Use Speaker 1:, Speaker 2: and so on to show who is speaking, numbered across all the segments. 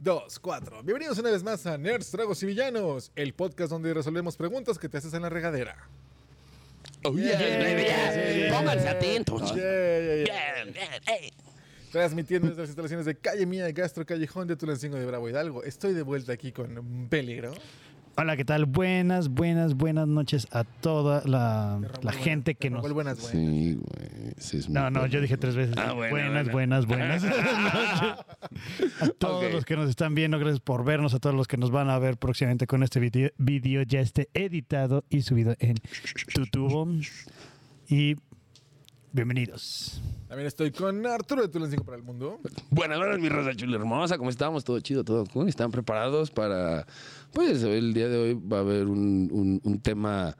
Speaker 1: dos, cuatro. Bienvenidos una vez más a Nerds, Dragos y Villanos, el podcast donde resolvemos preguntas que te haces en la regadera.
Speaker 2: Oh, yeah, baby, yeah. Pónganse
Speaker 1: Yeah,
Speaker 2: atentos.
Speaker 1: yeah, yeah.
Speaker 2: Yeah, yeah, hey.
Speaker 1: Transmitiendo desde las instalaciones de Calle Mía, Castro Callejón de Tulancingo de Bravo Hidalgo. Estoy de vuelta aquí con Peligro.
Speaker 3: Hola, ¿qué tal? Buenas, buenas, buenas noches a toda la,
Speaker 1: Te robó
Speaker 3: la
Speaker 1: buenas-
Speaker 3: gente
Speaker 1: te
Speaker 3: que
Speaker 1: robó
Speaker 3: nos...
Speaker 1: el buenas, buenas.
Speaker 4: Sí, güey. sí es muy
Speaker 3: No, no,
Speaker 4: bueno.
Speaker 3: yo dije tres veces.
Speaker 2: Ah, bueno,
Speaker 3: buenas,
Speaker 2: bueno.
Speaker 3: buenas, buenas, a todos
Speaker 2: Ok.
Speaker 3: los que nos están viendo, gracias por vernos, a todos los que nos van a ver próximamente con este video, video ya esté editado y subido en YouTube. Y bienvenidos.
Speaker 1: También estoy con Arturo de Tulancingo para el Mundo.
Speaker 2: Buenas, buenas, mi raza chula hermosa. ¿Cómo estamos? Todo chido, todo cool. ¿Están preparados para.? Pues el día de hoy va a haber un, un- un tema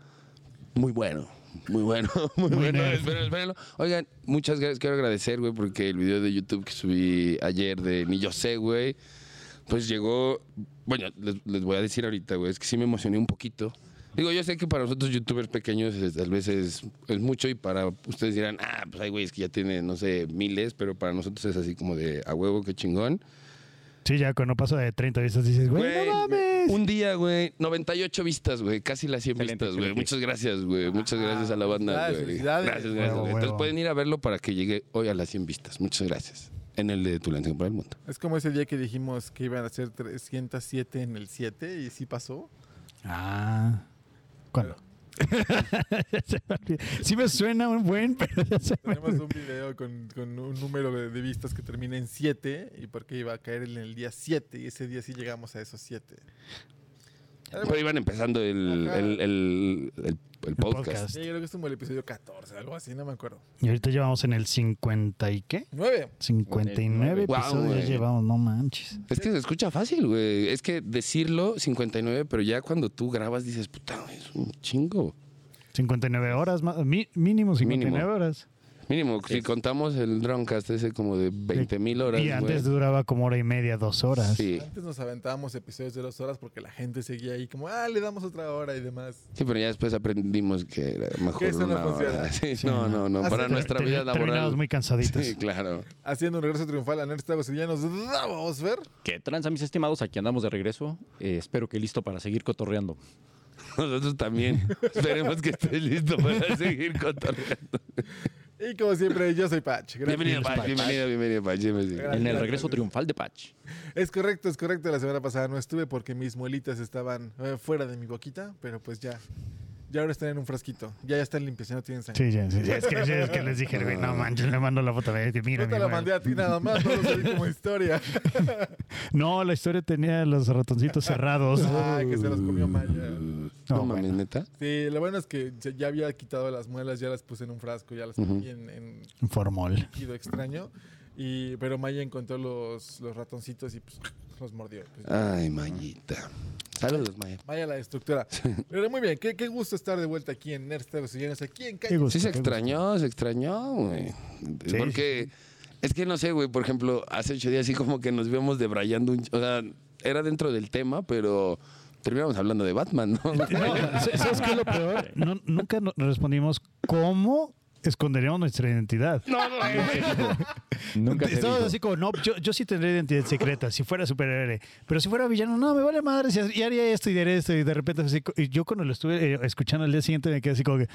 Speaker 2: muy bueno. Muy bueno, muy, bueno.
Speaker 3: nerd.
Speaker 2: Espérenlo, espérenlo. Oigan, muchas gracias. Quiero agradecer, güey, porque el video de YouTube que subí ayer de Ni Yo sé, güey, pues llegó. Bueno, les, les voy a decir ahorita, güey, es que sí me emocioné un poquito. Digo, yo sé que para nosotros youtubers pequeños es- tal vez es, es mucho y para ustedes dirán, ah, pues hay güeyes que ya tienen, no sé, miles, pero para nosotros es así como de a huevo, qué chingón.
Speaker 3: Sí, ya cuando paso de 30 vistas dices, güey,
Speaker 2: Güey,
Speaker 3: no mames.
Speaker 2: Un día, güey, 98 vistas, güey, casi las 100
Speaker 5: Excelente,
Speaker 2: vistas, güey.
Speaker 5: excelente.
Speaker 2: Muchas gracias, güey. Muchas gracias a la banda,
Speaker 1: felicidades,
Speaker 2: güey.
Speaker 1: felicidades.
Speaker 2: Gracias, gracias.
Speaker 3: Huevo,
Speaker 2: güey. Entonces
Speaker 3: huevo.
Speaker 2: pueden ir a verlo para que llegue hoy a las 100 vistas. Muchas gracias. En el de Tulancingo para el mundo.
Speaker 1: Es como ese día que dijimos que iban a ser 307 en el 7 y sí pasó.
Speaker 3: Ah. ¿Cuándo? Se me olvidó. sí me suena un buen, pero ya se me
Speaker 1: Tenemos un video con, con un número de, de vistas que termina en 7 y porque iba a caer en el día 7 y ese día sí llegamos a esos 7.
Speaker 2: Pero iban empezando el,
Speaker 1: Ajá.
Speaker 2: el, el- el- el podcast.
Speaker 3: podcast.
Speaker 1: Sí, yo creo que es como el episodio 14, algo así, no me acuerdo.
Speaker 3: Y ahorita llevamos en el 50 y qué?
Speaker 1: 9.
Speaker 3: 59
Speaker 2: Wow,
Speaker 3: episodios
Speaker 2: güey.
Speaker 3: llevamos, no manches.
Speaker 2: Es que se escucha fácil, güey. Es que decirlo 59, pero ya cuando tú grabas dices, puta, güey, es un chingo.
Speaker 3: 59 horas, más, mi- mínimo 59
Speaker 2: Mínimo.
Speaker 3: horas.
Speaker 2: Mínimo, si contamos el Droncast ese como de 20 mil horas,
Speaker 3: y antes
Speaker 2: güey.
Speaker 3: duraba como hora y media, dos horas.
Speaker 2: Sí.
Speaker 1: Antes nos aventábamos episodios de dos horas porque la gente seguía ahí como, ah, le damos otra hora y demás.
Speaker 2: Sí, pero ya después aprendimos que era mejor
Speaker 1: Que eso no
Speaker 2: una
Speaker 1: funciona.
Speaker 2: hora. Sí,
Speaker 3: Sí,
Speaker 2: no, no,
Speaker 3: no.
Speaker 2: no.
Speaker 1: Ah,
Speaker 2: Para
Speaker 1: sí,
Speaker 2: nuestra
Speaker 3: Ter-
Speaker 2: vida
Speaker 3: terminamos
Speaker 2: laboral.
Speaker 3: muy cansaditos.
Speaker 2: Sí, claro.
Speaker 1: Haciendo un regreso triunfal a Nerds Tragos y Villanos, ¡Vamos, Fer!
Speaker 5: ¿Qué tranza, mis estimados? Aquí andamos de regreso. Eh, espero que listo para seguir cotorreando.
Speaker 2: Nosotros también. Esperemos que estés listo para seguir cotorreando.
Speaker 1: Y como siempre, yo soy Patch. Gracias.
Speaker 2: Bienvenido, Pach. Bienvenido, bienvenido, Pach. bienvenido.
Speaker 5: En el
Speaker 1: Gracias,
Speaker 5: regreso
Speaker 1: gracias.
Speaker 5: triunfal de Patch.
Speaker 1: Es correcto, es correcto. La semana pasada no estuve porque mis muelitas estaban eh, fuera de mi boquita, pero pues ya. Ya ahora están en un frasquito. Ya, ya están limpios, ya no tienen sangre.
Speaker 3: Sí, ya, sí, sí, Es, que, sí, es que les dije, güey,
Speaker 2: Ah.
Speaker 3: no manches, le mando la foto. güey, que mira,
Speaker 1: Yo te
Speaker 3: mi
Speaker 1: la
Speaker 3: madre.
Speaker 1: mandé a ti nada más, no lo subí como historia.
Speaker 3: No, la historia tenía los ratoncitos cerrados.
Speaker 1: Ah, que se los comió Maya.
Speaker 2: No,
Speaker 3: No,
Speaker 2: mames,
Speaker 3: bueno.
Speaker 2: neta.
Speaker 1: Sí, lo bueno es que ya- ya había quitado las muelas, ya las puse en un frasco, ya las
Speaker 2: Ujú.
Speaker 1: metí en, en
Speaker 3: Formol.
Speaker 1: líquido extraño. Y, pero Maya encontró los, los ratoncitos y pues los mordió. Pues,
Speaker 2: Ay, Mayita. Saludos, Maya.
Speaker 1: Maya la destructora. Pero muy bien, qué, qué gusto estar de vuelta aquí en Nerds Tragos y Villanos, aquí en
Speaker 3: Qué
Speaker 1: Calle.
Speaker 3: gusto,
Speaker 2: Sí se
Speaker 3: Pues, qué
Speaker 2: extrañó, se extrañó, güey.
Speaker 3: Sí,
Speaker 2: Porque es que no sé, güey, por ejemplo, hace ocho días sí como que nos vimos debrayando un... ch- O sea, era dentro del tema, pero terminamos hablando de Batman, ¿no?
Speaker 3: No, ¿sa- ¿Sabes qué es lo peor? No- nunca nos respondimos cómo esconderíamos nuestra identidad.
Speaker 2: No, güey.
Speaker 5: Nunca se
Speaker 3: Estábamos
Speaker 5: dijo.
Speaker 3: así como, no, yo, yo sí tendría identidad secreta, si fuera superhéroe. Pero si fuera villano, no, me vale madre, si- y haría esto y haría esto. Y de repente, así, co- y yo cuando lo estuve eh, escuchando al día siguiente, me quedé así como que.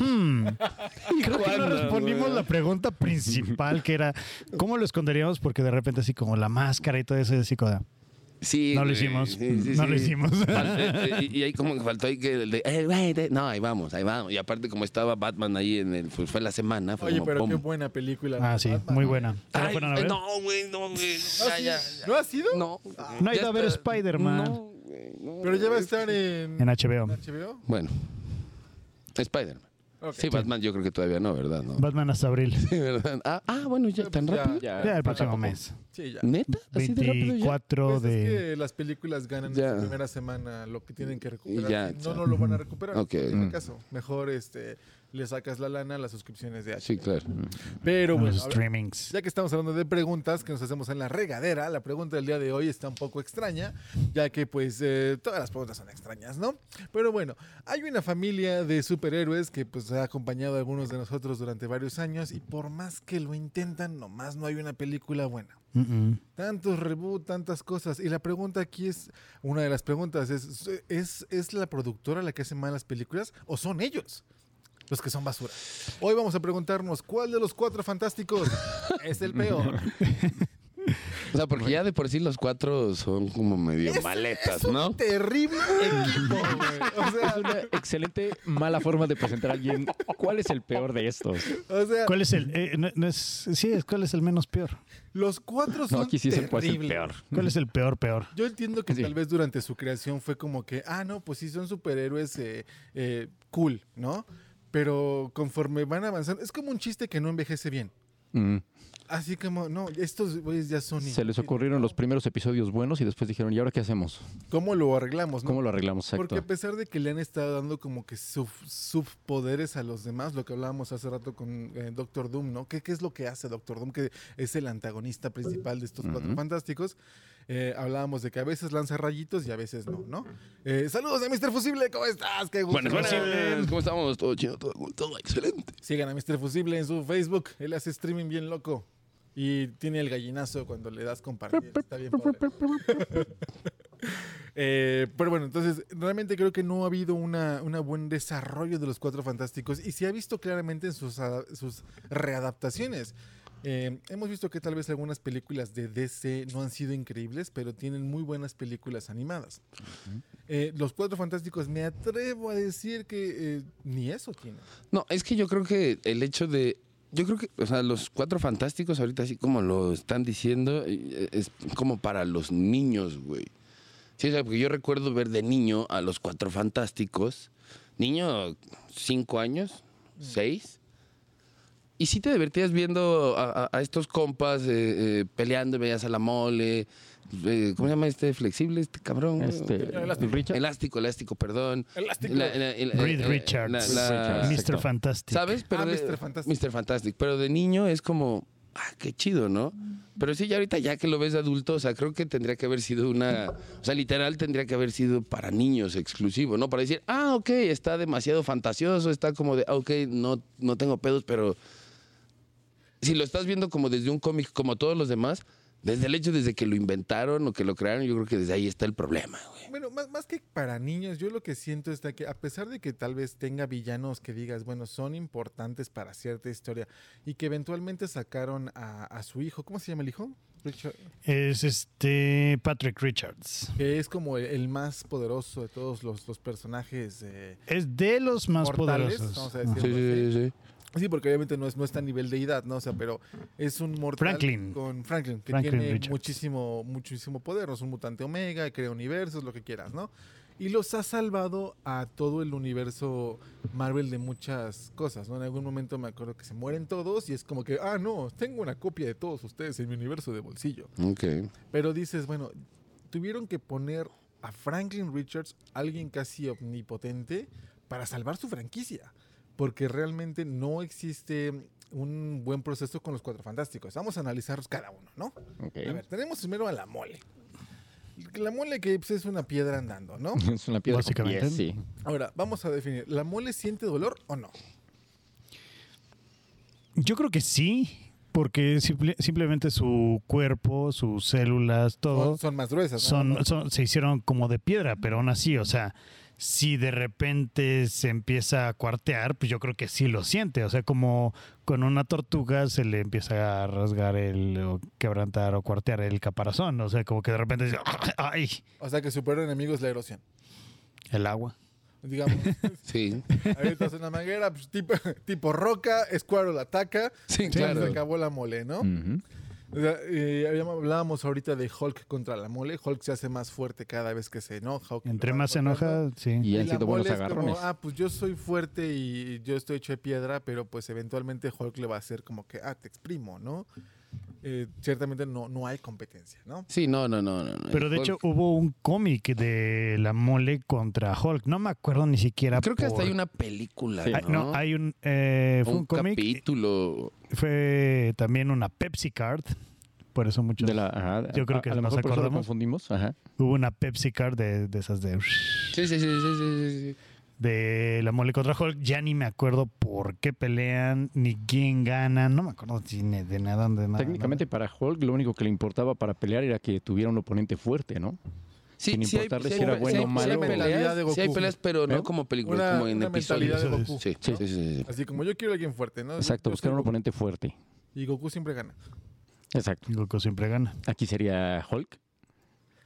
Speaker 3: Hmm. Creo que no
Speaker 2: ¿Cuándo,
Speaker 3: respondimos
Speaker 2: güey?
Speaker 3: la pregunta principal, que era, ¿cómo lo esconderíamos? Porque de repente, así como la máscara y todo eso, y así como.
Speaker 2: Sí,
Speaker 3: No lo
Speaker 2: güey.
Speaker 3: hicimos. No lo hicimos.
Speaker 2: Faltó- y, y ahí como que faltó ahí que el de, "Eh, güey, de-". no, ahí vamos, ahí vamos. Y aparte como estaba Batman ahí en el, pues fue la semana. Fue
Speaker 1: Oye,
Speaker 2: como,
Speaker 1: pero
Speaker 2: pum.
Speaker 1: qué buena película.
Speaker 3: Ah, sí,
Speaker 1: Batman.
Speaker 3: muy buena. ¿Se la
Speaker 2: Ay,
Speaker 3: fueron a ver?
Speaker 2: No, güey, no, güey.
Speaker 1: ¿No,
Speaker 2: Ya,
Speaker 1: Ah, sí?
Speaker 2: ya,
Speaker 1: ¿No ha sido?
Speaker 2: No.
Speaker 3: No ha
Speaker 2: Ya
Speaker 3: ido a ver
Speaker 2: está.
Speaker 3: Spider-Man.
Speaker 2: No, güey, no,
Speaker 1: Pero ya va a
Speaker 2: güey.
Speaker 1: estar en,
Speaker 3: En HBO.
Speaker 1: HBO.
Speaker 2: Bueno, Spider-Man.
Speaker 1: Ok.
Speaker 2: Sí, Batman yo creo que todavía no, ¿verdad? No.
Speaker 3: Batman hasta abril.
Speaker 2: Sí, ¿verdad? Ah, ah, bueno, ya tan
Speaker 1: Ya,
Speaker 2: rápido.
Speaker 5: Ya,
Speaker 3: Ya el
Speaker 5: falta
Speaker 3: próximo
Speaker 5: poco.
Speaker 3: mes.
Speaker 1: Sí, ya.
Speaker 2: ¿Neta? Así de rápido ya.
Speaker 3: 24
Speaker 1: Pues es
Speaker 3: de.
Speaker 1: que las películas ganan en
Speaker 2: Ya.
Speaker 1: la primera semana lo que tienen que
Speaker 2: Y
Speaker 1: recuperar.
Speaker 2: ya,
Speaker 1: Si
Speaker 2: ya.
Speaker 3: Mm.
Speaker 1: no, no lo van a recuperar.
Speaker 2: Ok.
Speaker 1: En mi caso, mejor este, le sacas la lana a las suscripciones de H.
Speaker 2: Sí, claro.
Speaker 1: Pero
Speaker 3: Los
Speaker 1: bueno, a ver,
Speaker 3: streamings.
Speaker 1: ya que estamos hablando de preguntas que nos hacemos en la regadera, la pregunta del día de hoy está un poco extraña, ya que pues eh, todas las preguntas son extrañas, ¿no? Pero bueno, hay una familia de superhéroes que pues ha acompañado a algunos de nosotros durante varios años y por más que lo intentan, nomás no hay una película buena.
Speaker 3: Mm-mm.
Speaker 1: Tantos reboot, tantas cosas. Y la pregunta aquí es, una de las preguntas es, ¿es, es la productora la que hace malas películas o son ellos? Los que son basura. Hoy vamos a preguntarnos cuál de los cuatro fantásticos es el peor.
Speaker 2: O sea, porque ya de por sí los cuatro son como medio
Speaker 1: Es-
Speaker 2: maletas,
Speaker 1: es un
Speaker 2: ¿no?
Speaker 1: Terrible equipo, güey. O sea,
Speaker 5: Es una excelente mala forma de presentar a alguien. ¿Cuál es el peor de estos?
Speaker 1: o sea,
Speaker 3: ¿Cuál es el? eh, no- no es- sí, es cuál es el menos peor.
Speaker 1: los cuatro son
Speaker 5: No, aquí sí es el, pues, el
Speaker 1: terribles.
Speaker 5: peor.
Speaker 3: ¿Cuál es el peor peor?
Speaker 1: Yo entiendo que
Speaker 5: Sí.
Speaker 1: tal vez durante su creación fue como que, ah, no, pues sí, son superhéroes eh, eh, cool, ¿no? Pero conforme van avanzando, es como un chiste que no envejece bien.
Speaker 5: Mm.
Speaker 1: Así como, no, estos güeyes ya son...
Speaker 5: Se les
Speaker 1: inútiles,
Speaker 5: ocurrieron
Speaker 1: ¿no?
Speaker 5: los primeros episodios buenos y después dijeron, ¿y ahora qué hacemos?
Speaker 1: ¿Cómo lo arreglamos? Pues no?
Speaker 5: ¿Cómo lo arreglamos?
Speaker 1: Porque
Speaker 5: Exacto.
Speaker 1: a pesar de que le han estado dando como que sub- subpoderes a los demás, lo que hablábamos hace rato con eh, Doctor Doom, ¿no? ¿Qué, qué es lo que hace Doctor Doom? Que es el antagonista principal de estos cuatro
Speaker 2: Ujú.
Speaker 1: fantásticos. Eh, hablábamos de que a veces lanza rayitos y a veces no, ¿no? Eh, saludos de Mr. Fusible, ¿cómo estás? Qué gusto.
Speaker 2: Buenas, buenas. ¿Cómo estamos? Todo chido, todo, cool, todo excelente.
Speaker 1: Sigan a Mr. Fusible en su Facebook, él hace streaming bien loco. Y tiene el gallinazo cuando le das compartir. Está bien padre. Eh, pero bueno, entonces realmente creo que no ha habido una, una buen desarrollo de los Cuatro Fantásticos y se ha visto claramente en sus, a- sus readaptaciones. Eh, hemos visto que tal vez algunas películas de DC no han sido increíbles, pero tienen muy buenas películas animadas. Eh, los Cuatro Fantásticos me atrevo a decir que eh, ni eso tiene.
Speaker 2: No, es que yo creo que el hecho de. Yo creo que, o sea, los cuatro fantásticos ahorita, así como lo están diciendo, eh, es como para los niños, güey. Sí, o sea, porque yo recuerdo ver de niño a los cuatro fantásticos. Niño, cinco años, seis. Y sí te divertías viendo a, a- a estos compas eh, eh, peleando, veías a la mole. eh, ¿Cómo se llama este flexible, este cabrón? güey?
Speaker 5: Este,
Speaker 1: Elástico.
Speaker 5: Richard.
Speaker 2: Elástico, elástico, perdón.
Speaker 1: Elástico.
Speaker 2: La- la- la-
Speaker 3: Reed
Speaker 2: eh,
Speaker 3: Richards.
Speaker 2: la- la-
Speaker 5: Richards.
Speaker 3: Mr.
Speaker 5: exacto.
Speaker 3: Fantastic.
Speaker 2: ¿Sabes? Pero
Speaker 1: Ah,
Speaker 2: de-
Speaker 1: Mr. Fantastic.
Speaker 2: Mr. Fantastic. Pero de niño es como, ah, qué chido, ¿no? Pero sí, ya ahorita ya que lo ves de adulto, o sea, creo que tendría que haber sido una. O sea, literal tendría que haber sido para niños exclusivo, ¿no? Para decir, ah, ok, está demasiado fantasioso, está como de, ah, ok, no, no tengo pedos, pero. Si lo estás viendo como desde un cómic, como todos los demás, desde el hecho desde que lo inventaron o que lo crearon, yo creo que desde ahí está el problema, güey.
Speaker 1: Bueno, más, más que para niños, yo lo que siento es de que a pesar de que tal vez tenga villanos que digas, bueno, son importantes para cierta historia y que eventualmente sacaron a, a su hijo, ¿cómo se llama el hijo? Richard,
Speaker 3: Es este Patrick Richards.
Speaker 1: que es como el, el más poderoso de todos los, los personajes eh,
Speaker 3: Es de los más
Speaker 1: mortales,
Speaker 3: poderosos.
Speaker 1: vamos a
Speaker 3: Ajá.
Speaker 1: decirlo
Speaker 2: Sí, sí, sí, sí.
Speaker 1: así. Sí, porque obviamente no, es, no está a nivel de edad, ¿no? O sea, pero es un mortal
Speaker 3: Franklin.
Speaker 1: con Franklin, que
Speaker 3: Franklin
Speaker 1: tiene
Speaker 3: Richards.
Speaker 1: muchísimo, muchísimo poder, ¿no? es un mutante omega, crea universos, lo que quieras, ¿no? Y los ha salvado a todo el universo Marvel de muchas cosas, ¿no? En algún momento me acuerdo que se mueren todos y es como que, ah, no, tengo una copia de todos ustedes en mi universo de bolsillo.
Speaker 2: Ok.
Speaker 1: Pero dices, bueno, tuvieron que poner a Franklin Richards, alguien casi omnipotente, para salvar su franquicia. Porque realmente no existe un buen proceso con los cuatro fantásticos. Vamos a analizarlos cada uno, ¿no? A ver, tenemos primero a la mole. La mole que pues, es una piedra andando, ¿no?
Speaker 5: Es una piedra. con
Speaker 3: Básicamente.
Speaker 5: pies, sí.
Speaker 1: Ahora, vamos a definir, ¿la mole siente dolor o no?
Speaker 3: Mm. Yo creo que sí, porque simple- simplemente su cuerpo, sus células, todo,
Speaker 1: Son, son más gruesas. ¿no?
Speaker 3: son, son- se hicieron como de piedra, pero aún así, o sea, si de repente se empieza a cuartear, pues yo creo que sí lo siente, o sea, como con una tortuga se le empieza a rasgar el, o quebrantar o cuartear el caparazón, o sea, como que de repente dice, ay,
Speaker 1: O sea que su peor enemigo es la erosión.
Speaker 3: el agua.
Speaker 1: Digamos,
Speaker 2: Sí.
Speaker 1: ahorita es una manguera, pues, tipo, tipo roca, Squirrel ataca, Ya
Speaker 2: Sí, claro.
Speaker 1: Se acabó la mole, ¿no?
Speaker 5: Ujú.
Speaker 1: O sea, eh, habíamos- hablábamos ahorita de Hulk contra la mole. Hulk se hace más fuerte cada vez que se enoja. o que
Speaker 3: Entre
Speaker 1: lo van
Speaker 3: más se
Speaker 1: matando.
Speaker 3: enoja, sí.
Speaker 5: Y han
Speaker 1: la
Speaker 5: sido buenos
Speaker 1: mole es
Speaker 5: agarrones.
Speaker 1: Como, ah, pues yo soy fuerte y yo estoy hecho de piedra, pero pues eventualmente Hulk le va a hacer como que, ah, te exprimo, ¿no? eh, ciertamente no, no hay competencia, ¿no?
Speaker 2: Sí, no, no, no. no, no.
Speaker 3: Pero de
Speaker 2: Hulk-
Speaker 3: hecho hubo un cómic de la mole contra Hulk. No me acuerdo ni siquiera.
Speaker 2: Creo que hasta
Speaker 3: por-
Speaker 2: hay una película,
Speaker 5: Sí.
Speaker 3: Ah,
Speaker 2: ¿no?
Speaker 3: No, hay un. eh,
Speaker 2: O
Speaker 3: fue un,
Speaker 2: un
Speaker 3: cómic.
Speaker 2: capítulo.
Speaker 3: Fue también una Pepsi Card. Por eso muchos.
Speaker 5: De la, ajá,
Speaker 3: Yo creo
Speaker 5: a-
Speaker 3: que
Speaker 5: a lo
Speaker 3: nos
Speaker 5: mejor por eso lo
Speaker 3: acordamos.
Speaker 5: confundimos. Ajá.
Speaker 3: Hubo una Pepsi Card de, de esas de.
Speaker 2: Sí, sí, sí, sí, sí, sí, sí.
Speaker 3: De la mole contra Hulk. Ya ni me acuerdo por qué pelean, ni quién gana. No me acuerdo si ni de nada, de nada.
Speaker 5: Técnicamente para Hulk lo único que le importaba para pelear era que tuviera un oponente fuerte, ¿no?
Speaker 2: Sí,
Speaker 5: Sin
Speaker 2: sí hay-
Speaker 5: importarle
Speaker 2: sí
Speaker 5: si
Speaker 2: hay-
Speaker 5: era
Speaker 2: sí
Speaker 5: bueno
Speaker 2: hay-
Speaker 5: o malo.
Speaker 2: Sí hay
Speaker 1: Mentalidad de
Speaker 2: peleas, sí hay
Speaker 1: Goku.
Speaker 2: peleas, pero no
Speaker 5: ¿Eh?
Speaker 2: como películas,
Speaker 1: Una,
Speaker 2: como en
Speaker 1: una mentalidad
Speaker 2: episodios.
Speaker 1: de
Speaker 3: episodios.
Speaker 1: Goku.
Speaker 2: Sí, sí,
Speaker 1: ¿no?
Speaker 2: sí, sí, sí.
Speaker 1: Así como yo quiero a alguien fuerte, ¿no? Yo
Speaker 5: Exacto, pues, buscar un
Speaker 1: soy Goku.
Speaker 5: oponente fuerte.
Speaker 1: Y Goku siempre gana.
Speaker 5: Exacto.
Speaker 3: Goku siempre gana.
Speaker 5: Aquí sería Hulk.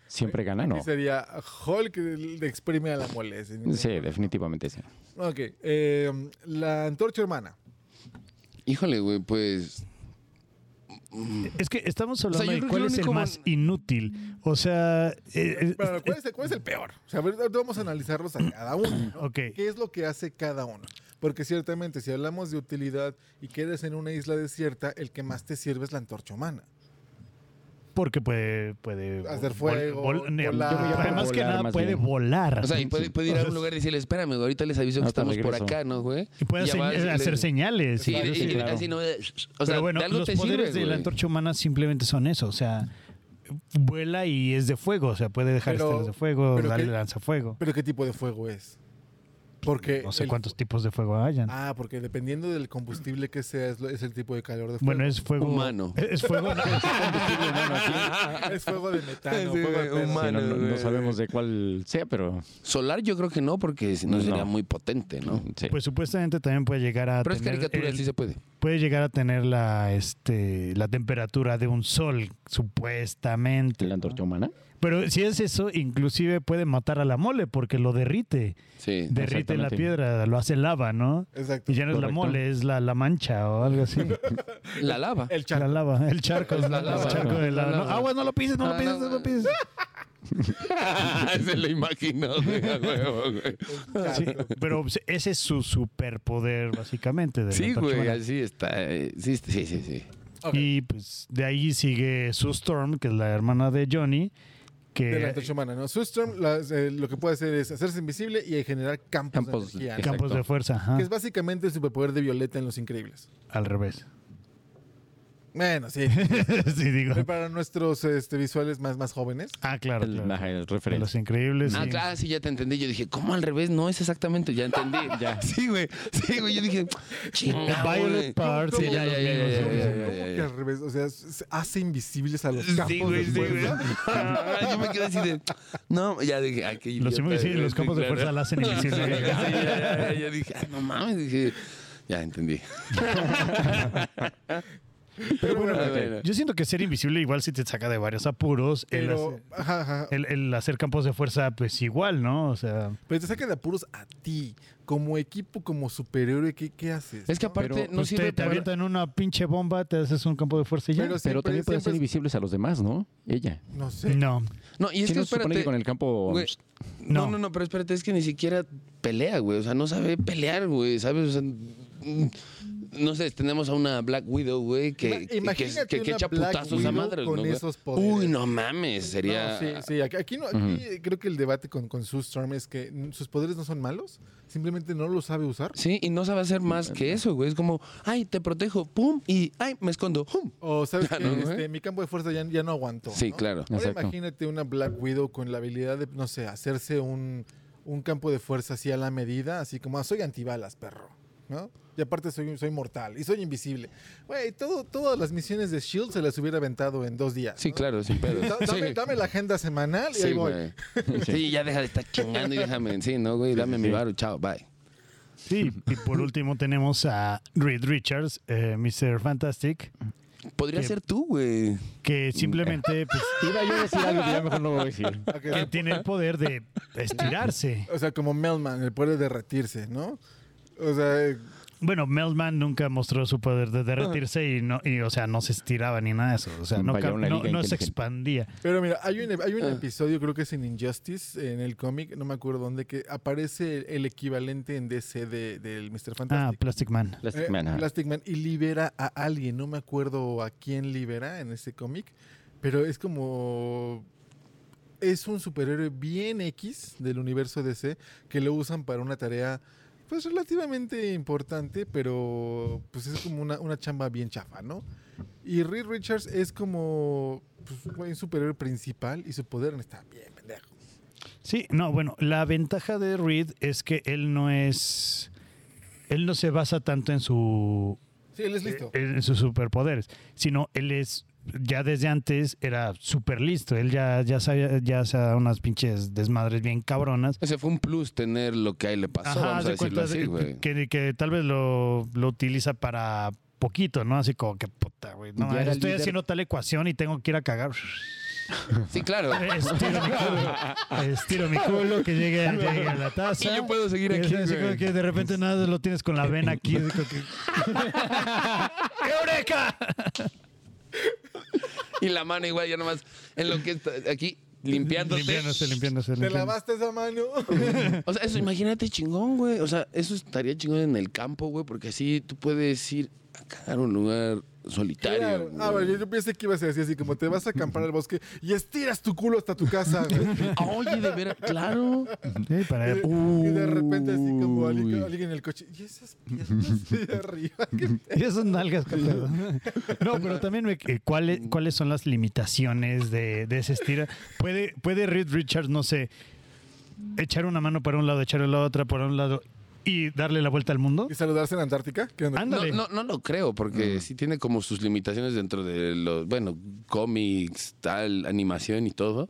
Speaker 5: Siempre gana, ¿no?
Speaker 1: Y sería Hulk le exprime a la mole. sin ningún
Speaker 5: Sí,
Speaker 1: problema.
Speaker 5: definitivamente sí.
Speaker 1: Ok. eh, la antorcha hermana.
Speaker 2: Híjole, güey, pues.
Speaker 3: Es que estamos hablando
Speaker 2: yo creo
Speaker 3: de
Speaker 2: que
Speaker 3: cuál
Speaker 2: lo
Speaker 3: es el
Speaker 2: único
Speaker 3: más
Speaker 2: bueno-
Speaker 3: inútil. O sea, eh, eh,
Speaker 1: Pero, ¿cuál, es el, cuál es el peor? O sea, ahorita vamos a analizarlos a cada uno. ¿no?
Speaker 3: Ok.
Speaker 1: ¿Qué es lo que hace cada uno? Porque ciertamente, si hablamos de utilidad y quedas en una isla desierta, el que más te sirve es la antorcha humana.
Speaker 3: porque puede, puede
Speaker 1: Hacer
Speaker 3: vol-
Speaker 1: fuego,
Speaker 3: vol- no,
Speaker 1: volar.
Speaker 3: pero más que
Speaker 5: Volar,
Speaker 3: nada
Speaker 5: más
Speaker 3: puede
Speaker 5: bien.
Speaker 3: volar
Speaker 2: O sea, y puede, puede ir a un lugar y decirle, espérame, güey, ahorita les aviso que
Speaker 5: Hasta
Speaker 2: estamos por
Speaker 5: regreso.
Speaker 2: acá, ¿no, güey?
Speaker 3: y puede
Speaker 2: ya
Speaker 3: hacer-
Speaker 2: vas y le-
Speaker 3: hacer señales.
Speaker 2: Sí,
Speaker 5: Claro,
Speaker 2: y-
Speaker 5: sí,
Speaker 2: y-
Speaker 5: claro.
Speaker 2: así no. O sea,
Speaker 3: pero bueno,
Speaker 2: de algo
Speaker 3: los
Speaker 2: te
Speaker 3: poderes
Speaker 2: sirve,
Speaker 3: de la
Speaker 2: güey.
Speaker 3: antorcha humana simplemente son eso. O sea, vuela y es de fuego. O sea, puede dejar
Speaker 1: Pero-
Speaker 3: estelas de fuego,
Speaker 1: pero
Speaker 3: darle
Speaker 1: qué-
Speaker 3: lanzafuego.
Speaker 1: Pero ¿qué tipo de fuego es? Porque
Speaker 3: No sé
Speaker 1: el-
Speaker 3: cuántos tipos de fuego hayan.
Speaker 1: Ah, porque dependiendo del combustible que sea, es, lo- es el tipo de calor de fuego.
Speaker 3: bueno, es fuego
Speaker 2: Humano.
Speaker 3: Es es fuego.
Speaker 1: es fuego de metano.
Speaker 2: Sí,
Speaker 1: fuego de
Speaker 2: güey,
Speaker 1: pedo.
Speaker 5: Sí, no, no-
Speaker 2: Humano,
Speaker 5: no
Speaker 2: güey.
Speaker 5: sabemos de cuál sea, pero
Speaker 2: Solar yo creo que no, porque si no
Speaker 5: No.
Speaker 2: sería muy potente, ¿no?
Speaker 5: sí.
Speaker 3: pues supuestamente también puede llegar a
Speaker 2: Pero es
Speaker 3: tener
Speaker 2: caricatura,
Speaker 3: el-
Speaker 2: sí se puede.
Speaker 3: puede llegar a tener la, este, la temperatura de un sol, supuestamente.
Speaker 5: la antorcha humana.
Speaker 3: Pero si es eso, inclusive puede matar a la mole porque lo derrite.
Speaker 2: Sí.
Speaker 3: Derrite la
Speaker 5: Exactamente.
Speaker 3: piedra, lo hace lava, ¿no?
Speaker 1: Exacto.
Speaker 3: Y ya no es la
Speaker 5: Correcto.
Speaker 3: mole, es la, la mancha o algo así.
Speaker 2: La lava.
Speaker 1: El charco.
Speaker 3: la lava, el charco.
Speaker 2: Es la
Speaker 3: el
Speaker 2: lava.
Speaker 3: charco de
Speaker 2: Es
Speaker 3: lava.
Speaker 2: la
Speaker 3: No,
Speaker 2: lava.
Speaker 3: aguas, no lo pises, no
Speaker 2: Ah,
Speaker 3: lo pises, no
Speaker 2: no,
Speaker 3: lo pises.
Speaker 2: se lo imaginó, güey, a huevo, güey.
Speaker 1: Ah,
Speaker 3: Sí, pero ese es su superpoder, básicamente. de la
Speaker 2: Sí,
Speaker 3: antorcha
Speaker 2: güey,
Speaker 3: humana.
Speaker 2: así está. eh, Sí, sí, sí, sí.
Speaker 1: Ok,
Speaker 3: Y pues de ahí sigue Sue Storm, que es la hermana de Johnny. Que
Speaker 1: De la antorcha humana, ¿no? Su storm, las, eh, lo que puede hacer es hacerse invisible y generar campos,
Speaker 5: Campos,
Speaker 1: de energía.
Speaker 5: exacto.
Speaker 3: Campos de fuerza, ajá,
Speaker 1: Que es básicamente el superpoder de Violeta en Los Increíbles.
Speaker 3: al revés.
Speaker 1: Bueno, sí.
Speaker 3: sí, digo.
Speaker 1: Pero para nuestros este, visuales más, más jóvenes.
Speaker 3: Ah, claro.
Speaker 5: El,
Speaker 3: claro.
Speaker 5: ajá,
Speaker 3: De
Speaker 5: el referente.
Speaker 3: los increíbles.
Speaker 2: Ah,
Speaker 3: sí.
Speaker 2: claro, sí, ya te entendí. Yo dije, ¿cómo al revés? No es exactamente, ya entendí. ya. Sí, güey. Sí, güey. Yo dije, chingado.
Speaker 3: Violet Parts.
Speaker 2: Sí,
Speaker 3: y
Speaker 2: ya,
Speaker 3: los
Speaker 2: ya, ya,
Speaker 3: mismos,
Speaker 2: ya,
Speaker 3: sí,
Speaker 2: ya, ya,
Speaker 3: sí.
Speaker 2: ya.
Speaker 1: ¿Cómo que al revés? O sea, se hace invisibles a los campos
Speaker 2: Sí, güey,
Speaker 1: de
Speaker 2: sí, güey.
Speaker 1: fuerza.
Speaker 2: Ah, Yo me quedé así de. No, ya dije, ah, qué
Speaker 3: Los,
Speaker 2: idiota,
Speaker 3: sí,
Speaker 2: güey,
Speaker 3: los campos de
Speaker 2: claro.
Speaker 3: fuerza la hacen
Speaker 2: Sí, ya,
Speaker 3: invisible.
Speaker 2: ya, ya, ya dije, ah, no mames, dije. Ya entendí.
Speaker 1: Pero bueno,
Speaker 2: A ver,
Speaker 3: Yo siento que ser invisible igual si te saca de varios apuros. El,
Speaker 1: pero,
Speaker 3: hacer-
Speaker 1: ajá, ajá.
Speaker 3: el- el hacer campos de fuerza, pues igual, ¿no? O sea,
Speaker 1: pero te saca de apuros a ti, como equipo, como superhéroe, ¿qué, qué haces?
Speaker 2: Es que
Speaker 1: no?
Speaker 2: aparte
Speaker 5: Pero,
Speaker 2: no
Speaker 3: pues,
Speaker 2: sirve
Speaker 3: te, te
Speaker 2: para-
Speaker 3: avientan una pinche bomba, te haces un campo de fuerza y ya.
Speaker 1: Pero siempre-
Speaker 5: Pero también puede ser
Speaker 1: siempre es-
Speaker 5: invisibles a los demás, ¿no? Ella.
Speaker 1: No sé.
Speaker 3: No.
Speaker 2: No, y es
Speaker 5: ¿Quién
Speaker 2: que
Speaker 5: no se supone
Speaker 2: espérate.
Speaker 5: que con el campo...
Speaker 2: güey, no, no, no, pero espérate, es que ni siquiera pelea, güey. O sea, no sabe pelear, güey. ¿Sabes? O sea, mm, no sé, tenemos a una Black Widow, güey, que,
Speaker 1: Ima-
Speaker 2: que, que,
Speaker 1: imagínate
Speaker 2: que- que
Speaker 1: una
Speaker 2: echa
Speaker 1: Black
Speaker 2: putazos a
Speaker 1: Widow
Speaker 2: madres,
Speaker 1: con
Speaker 2: ¿no, güey?
Speaker 1: esos poderes.
Speaker 2: Uy, no mames,
Speaker 1: No,
Speaker 2: sería.
Speaker 1: sí, sí, aquí, aquí no, aquí creo que el debate con, con Sue Storm es que mm, sus poderes no son malos, simplemente no los sabe usar.
Speaker 2: Sí, y no sabe hacer más que eso, güey. Es como, ay, te protejo, pum, y ay, me escondo, pum.
Speaker 1: O sabes
Speaker 2: Ya
Speaker 1: que
Speaker 2: no, ¿eh?
Speaker 1: este, mi campo de fuerza ya, ya no aguantó.
Speaker 2: Sí,
Speaker 1: ¿no?
Speaker 2: claro.
Speaker 1: Ahora
Speaker 5: Exacto.
Speaker 1: imagínate una Black Widow con la habilidad de, no sé, hacerse un, un campo de fuerza así a la medida, así como, ah, soy antibalas, perro. ¿No? Y aparte soy, soy mortal y soy invisible. Güey, todo, todas las misiones de Shield E se las hubiera aventado en dos días.
Speaker 2: Sí,
Speaker 1: ¿no?
Speaker 2: claro, sin pedo.
Speaker 1: Da- Dame,
Speaker 2: Sí.
Speaker 1: dame la agenda semanal y
Speaker 2: Sí,
Speaker 1: ahí voy.
Speaker 2: güey. Sí, ya deja de estar chingando y déjame. Sí, no, güey, dame mi baro, chao, bye.
Speaker 3: Sí, y por último tenemos a Reed Richards, eh, Mr. Fantastic,
Speaker 2: Podría
Speaker 3: Que-
Speaker 2: ser tú, güey.
Speaker 3: que simplemente pues,
Speaker 5: Iba yo a decir algo que ya mejor no voy a decir.
Speaker 2: eh,
Speaker 1: Ok, o
Speaker 3: que
Speaker 1: sea,
Speaker 3: tiene el poder de estirarse.
Speaker 1: O sea, como Melman, el poder de derretirse, ¿no? O sea,
Speaker 3: Bueno, Melman nunca mostró su poder de derretirse y no, y, o sea, no se estiraba ni nada de eso. O sea, no,
Speaker 5: Vaya,
Speaker 3: cam-
Speaker 5: una
Speaker 3: no-
Speaker 5: liga
Speaker 3: no se
Speaker 5: inteligente.
Speaker 3: expandía. Ah,
Speaker 1: Pero mira, hay un, hay un episodio, creo que es en Injustice, en el cómic, no me acuerdo dónde, que aparece el, el equivalente en DC de- del Mr.
Speaker 3: Ah,
Speaker 1: Fantastic.
Speaker 3: Plastic Man.
Speaker 5: Plastic
Speaker 1: Eh,
Speaker 5: Man, ajá.
Speaker 1: Plastic Man, y libera a alguien, no me acuerdo a quién libera en ese cómic, pero es como... Es un superhéroe bien X del universo DC que lo usan para una tarea pues relativamente importante, pero pues es como una, una chamba bien chafa, ¿no? Y Reed Richards es como pues, güey, un superhéroe principal y su poder está bien pendejo.
Speaker 3: Sí, no, bueno, la ventaja de Reed es que él no es. Él no se basa tanto en su.
Speaker 1: Sí,
Speaker 3: Eh,
Speaker 1: él es listo.
Speaker 3: En, en sus superpoderes, sino él es. Ya desde antes era súper listo. Él ya, ya sabía, ya hacía unas pinches desmadres bien cabronas.
Speaker 2: O sea, fue un plus tener lo que a él le pasó, vamos a
Speaker 3: haz de
Speaker 2: decirlo
Speaker 3: cuenta
Speaker 2: así,
Speaker 3: de-
Speaker 2: güey.
Speaker 3: que, que tal vez lo, lo utiliza para poquito, ¿no? Así como que puta, güey. No,
Speaker 5: Ya era
Speaker 3: estoy
Speaker 5: líder.
Speaker 3: haciendo tal ecuación y tengo que ir a cagar.
Speaker 2: Sí, claro.
Speaker 3: Estiro mi culo. Estiro mi culo, que llegue, llegue a la taza.
Speaker 2: Y yo puedo seguir
Speaker 3: Y
Speaker 2: aquí,
Speaker 3: así como
Speaker 2: güey.
Speaker 3: que de repente nada lo tienes con la vena aquí. así como que- ¡Eureka!
Speaker 2: Y la mano igual, ya nomás, en lo que está aquí, limpiándote.
Speaker 3: Limpiándose, limpiándose.
Speaker 1: Te
Speaker 3: limpiándose.
Speaker 1: lavaste esa mano.
Speaker 2: O sea, eso, imagínate chingón, güey. O sea, eso estaría chingón en el campo, güey, porque así tú puedes ir a cagar a un lugar solitario.
Speaker 1: Claro. Ah,
Speaker 2: güey.
Speaker 1: bueno, yo, yo pensé que ibas a decir así, como te vas a acampar al bosque y estiras tu culo hasta tu casa. güey.
Speaker 2: Ah, Oye, de veras, claro.
Speaker 3: Sí, para-
Speaker 1: y de repente así como alguien,
Speaker 2: Uy.
Speaker 1: alguien en el coche. ¿Y esas piernas de arriba? ¿Qué
Speaker 3: Y esas nalgas, qué pedo. No, pero también me- eh, ¿cuáles, cuáles son las limitaciones de, de ese estilo? ¿Puede, puede Reed Richards, no sé, echar una mano para un lado, echar la otra para un lado y darle la vuelta al mundo?
Speaker 1: ¿Y saludarse en Antártica? ¿Qué onda?
Speaker 3: Anda.
Speaker 2: No,
Speaker 3: Ándale.
Speaker 2: no, no lo creo, porque sí tiene como sus limitaciones dentro de los, bueno, cómics, tal, animación y todo.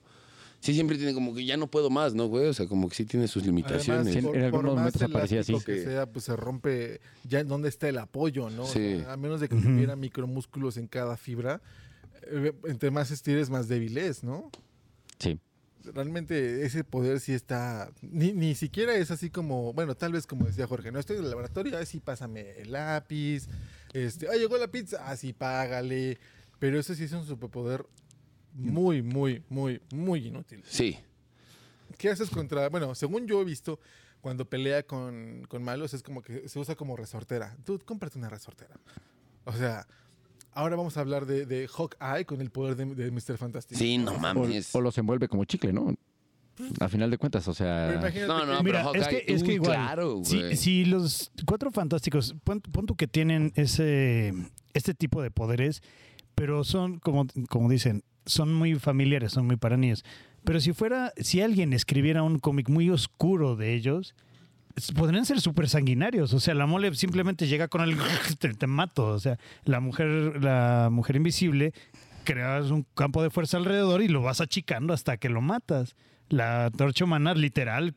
Speaker 2: Sí, siempre tiene como que ya no puedo más, ¿no, güey? O sea, como que sí tiene sus limitaciones.
Speaker 5: en- en algunos momentos aparecía así.
Speaker 1: elástico que sea, pues se rompe ya en donde está el apoyo, ¿no? O
Speaker 2: Sí.
Speaker 1: sea, a menos de que tuviera micromúsculos en cada fibra, eh, entre más estires, más débil es, ¿no?
Speaker 5: Sí.
Speaker 1: realmente ese poder sí está. Ni, ni siquiera es así como. Bueno, tal vez como decía Jorge, no estoy en el laboratorio, así pásame el lápiz. Este, ah, llegó la pizza, así págale. Pero eso sí es un superpoder muy, muy, muy, muy inútil.
Speaker 2: Sí.
Speaker 1: ¿Qué haces contra.? Bueno, según yo he visto, cuando pelea con, con malos es como que se usa como resortera. Tú cómprate una resortera. O sea. Ahora vamos a hablar de, de Hawkeye con el poder de, de Mr. Fantastic.
Speaker 2: Sí, no
Speaker 5: O,
Speaker 2: mames.
Speaker 5: o los envuelve como chicle, ¿no? A final de cuentas,
Speaker 1: Pero
Speaker 5: o sea.
Speaker 1: imagínate
Speaker 2: No, no,
Speaker 1: que-
Speaker 3: Mira,
Speaker 2: pero
Speaker 3: es que,
Speaker 2: Hawkeye,
Speaker 3: es que
Speaker 2: uy,
Speaker 3: igual,
Speaker 2: claro,
Speaker 3: si,
Speaker 2: güey.
Speaker 3: si los cuatro fantásticos, pon, pon tú que tienen ese, este tipo de poderes, pero son, como, como dicen, son muy familiares, son muy para niños. Pero si fuera, si alguien escribiera un cómic muy oscuro de ellos, s- podrían ser súper sanguinarios. O sea, la mole simplemente llega con el te, te mato. O sea, la mujer, la mujer invisible, creas un campo de fuerza alrededor y lo vas achicando hasta que lo matas. La torcha humana, literal,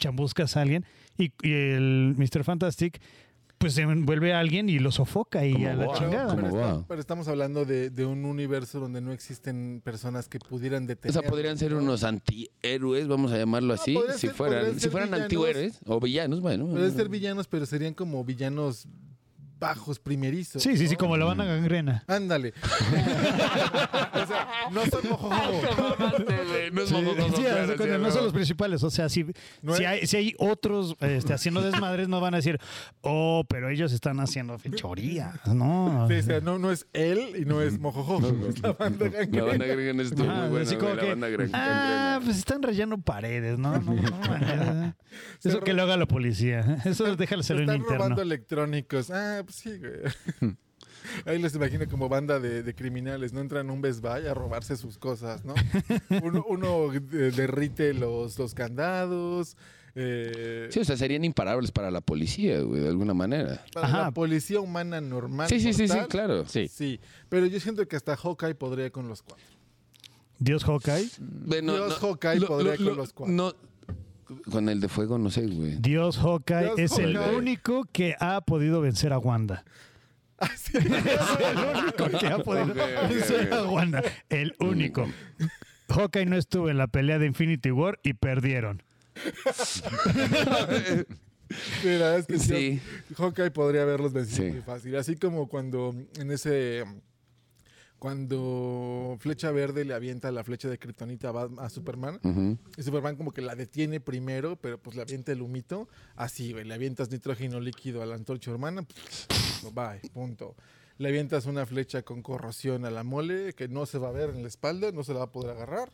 Speaker 3: chambuscas a alguien. Y, y el Mr. Fantastic, pues se envuelve a alguien y lo sofoca y
Speaker 2: Como
Speaker 3: a la
Speaker 2: Boa,
Speaker 3: chingada.
Speaker 2: como-
Speaker 1: Pero,
Speaker 2: Wow.
Speaker 1: está- pero estamos hablando de, de un universo donde no existen personas que pudieran
Speaker 2: O
Speaker 1: detener.
Speaker 2: sea, podrían ser unos antihéroes, vamos a llamarlo así,
Speaker 1: podrían
Speaker 2: si
Speaker 1: ser- podrían
Speaker 2: fueran, si
Speaker 1: ser
Speaker 2: fueran
Speaker 1: villanos.
Speaker 2: antihéroes o villanos, bueno.
Speaker 1: Podrían ser villanos, pero serían como villanos bajos, primerizos.
Speaker 3: Sí, sí, sí,
Speaker 1: ¿no?
Speaker 3: como la van a gangrena.
Speaker 1: Ándale. o sea, no son mojojojo.
Speaker 2: no es
Speaker 3: Sí,
Speaker 2: mojojojo,
Speaker 3: sí,
Speaker 2: claro,
Speaker 3: haz de
Speaker 2: sí,
Speaker 3: cuenta, no
Speaker 2: ¿verdad?
Speaker 3: son los principales. O sea, si,
Speaker 1: No
Speaker 3: si,
Speaker 1: es-
Speaker 3: hay, si hay otros este, haciendo desmadres, no van a decir, oh, pero ellos están haciendo fechoría. No.
Speaker 1: Sí, o sea, no, no es él y no es mojojojo. es la banda
Speaker 2: La
Speaker 1: gangrena.
Speaker 2: banda agregan esto,
Speaker 3: Ah,
Speaker 2: muy
Speaker 3: así
Speaker 2: bueno,
Speaker 3: como
Speaker 2: güey, la
Speaker 3: que,
Speaker 2: banda gran-
Speaker 3: ah, pues están rayando paredes, ¿no? no, no, no. eh, Eso que lo haga la policía. Eso déjalo en
Speaker 1: Están
Speaker 3: interno.
Speaker 1: robando electrónicos. Ah, pues sí, güey. Ahí les imagino como banda de, de criminales, ¿no? Entran a un Best Buy a robarse sus cosas, ¿no? Uno, uno, eh, derrite los, los candados. eh,
Speaker 2: Sí, o sea, serían imparables para la policía, güey, de alguna manera.
Speaker 1: para
Speaker 3: Ajá.
Speaker 1: la policía humana normal.
Speaker 2: Sí, sí, sí, sí,
Speaker 1: mortal,
Speaker 2: claro.
Speaker 5: Sí.
Speaker 1: Sí, pero yo siento que hasta Hawkeye podría con los cuatro.
Speaker 3: Dios Hawkeye,
Speaker 2: Bueno,
Speaker 1: Dios Hawkeye podría con los cuatro.
Speaker 2: no- con el de fuego, no sé, güey.
Speaker 3: Dios Hawkeye
Speaker 1: Dios
Speaker 3: es el
Speaker 1: Hawkeye.
Speaker 3: único que ha podido vencer a Wanda.
Speaker 1: Ah,
Speaker 3: Es el único que ha podido
Speaker 2: Ok, ok,
Speaker 3: vencer a
Speaker 2: ok.
Speaker 3: Wanda. El único. Hawkeye no estuvo en la pelea de Infinity War y perdieron.
Speaker 1: Sí, la verdad es que sí.
Speaker 2: Sí.
Speaker 1: Hawkeye podría haberlos vencido
Speaker 2: Sí.
Speaker 1: muy fácil. Así como cuando en ese. Cuando Flecha Verde le avienta la flecha de Kryptonita a, Bat- a Superman,
Speaker 2: Ujú. Ah,
Speaker 1: y Superman como que la detiene primero, pero pues le avienta el humito. Así, güey, le avientas nitrógeno líquido a la antorcha humana, pff, bye, punto. Le avientas una flecha con corrosión a la mole que no se va a ver en la espalda, no se la va a poder agarrar.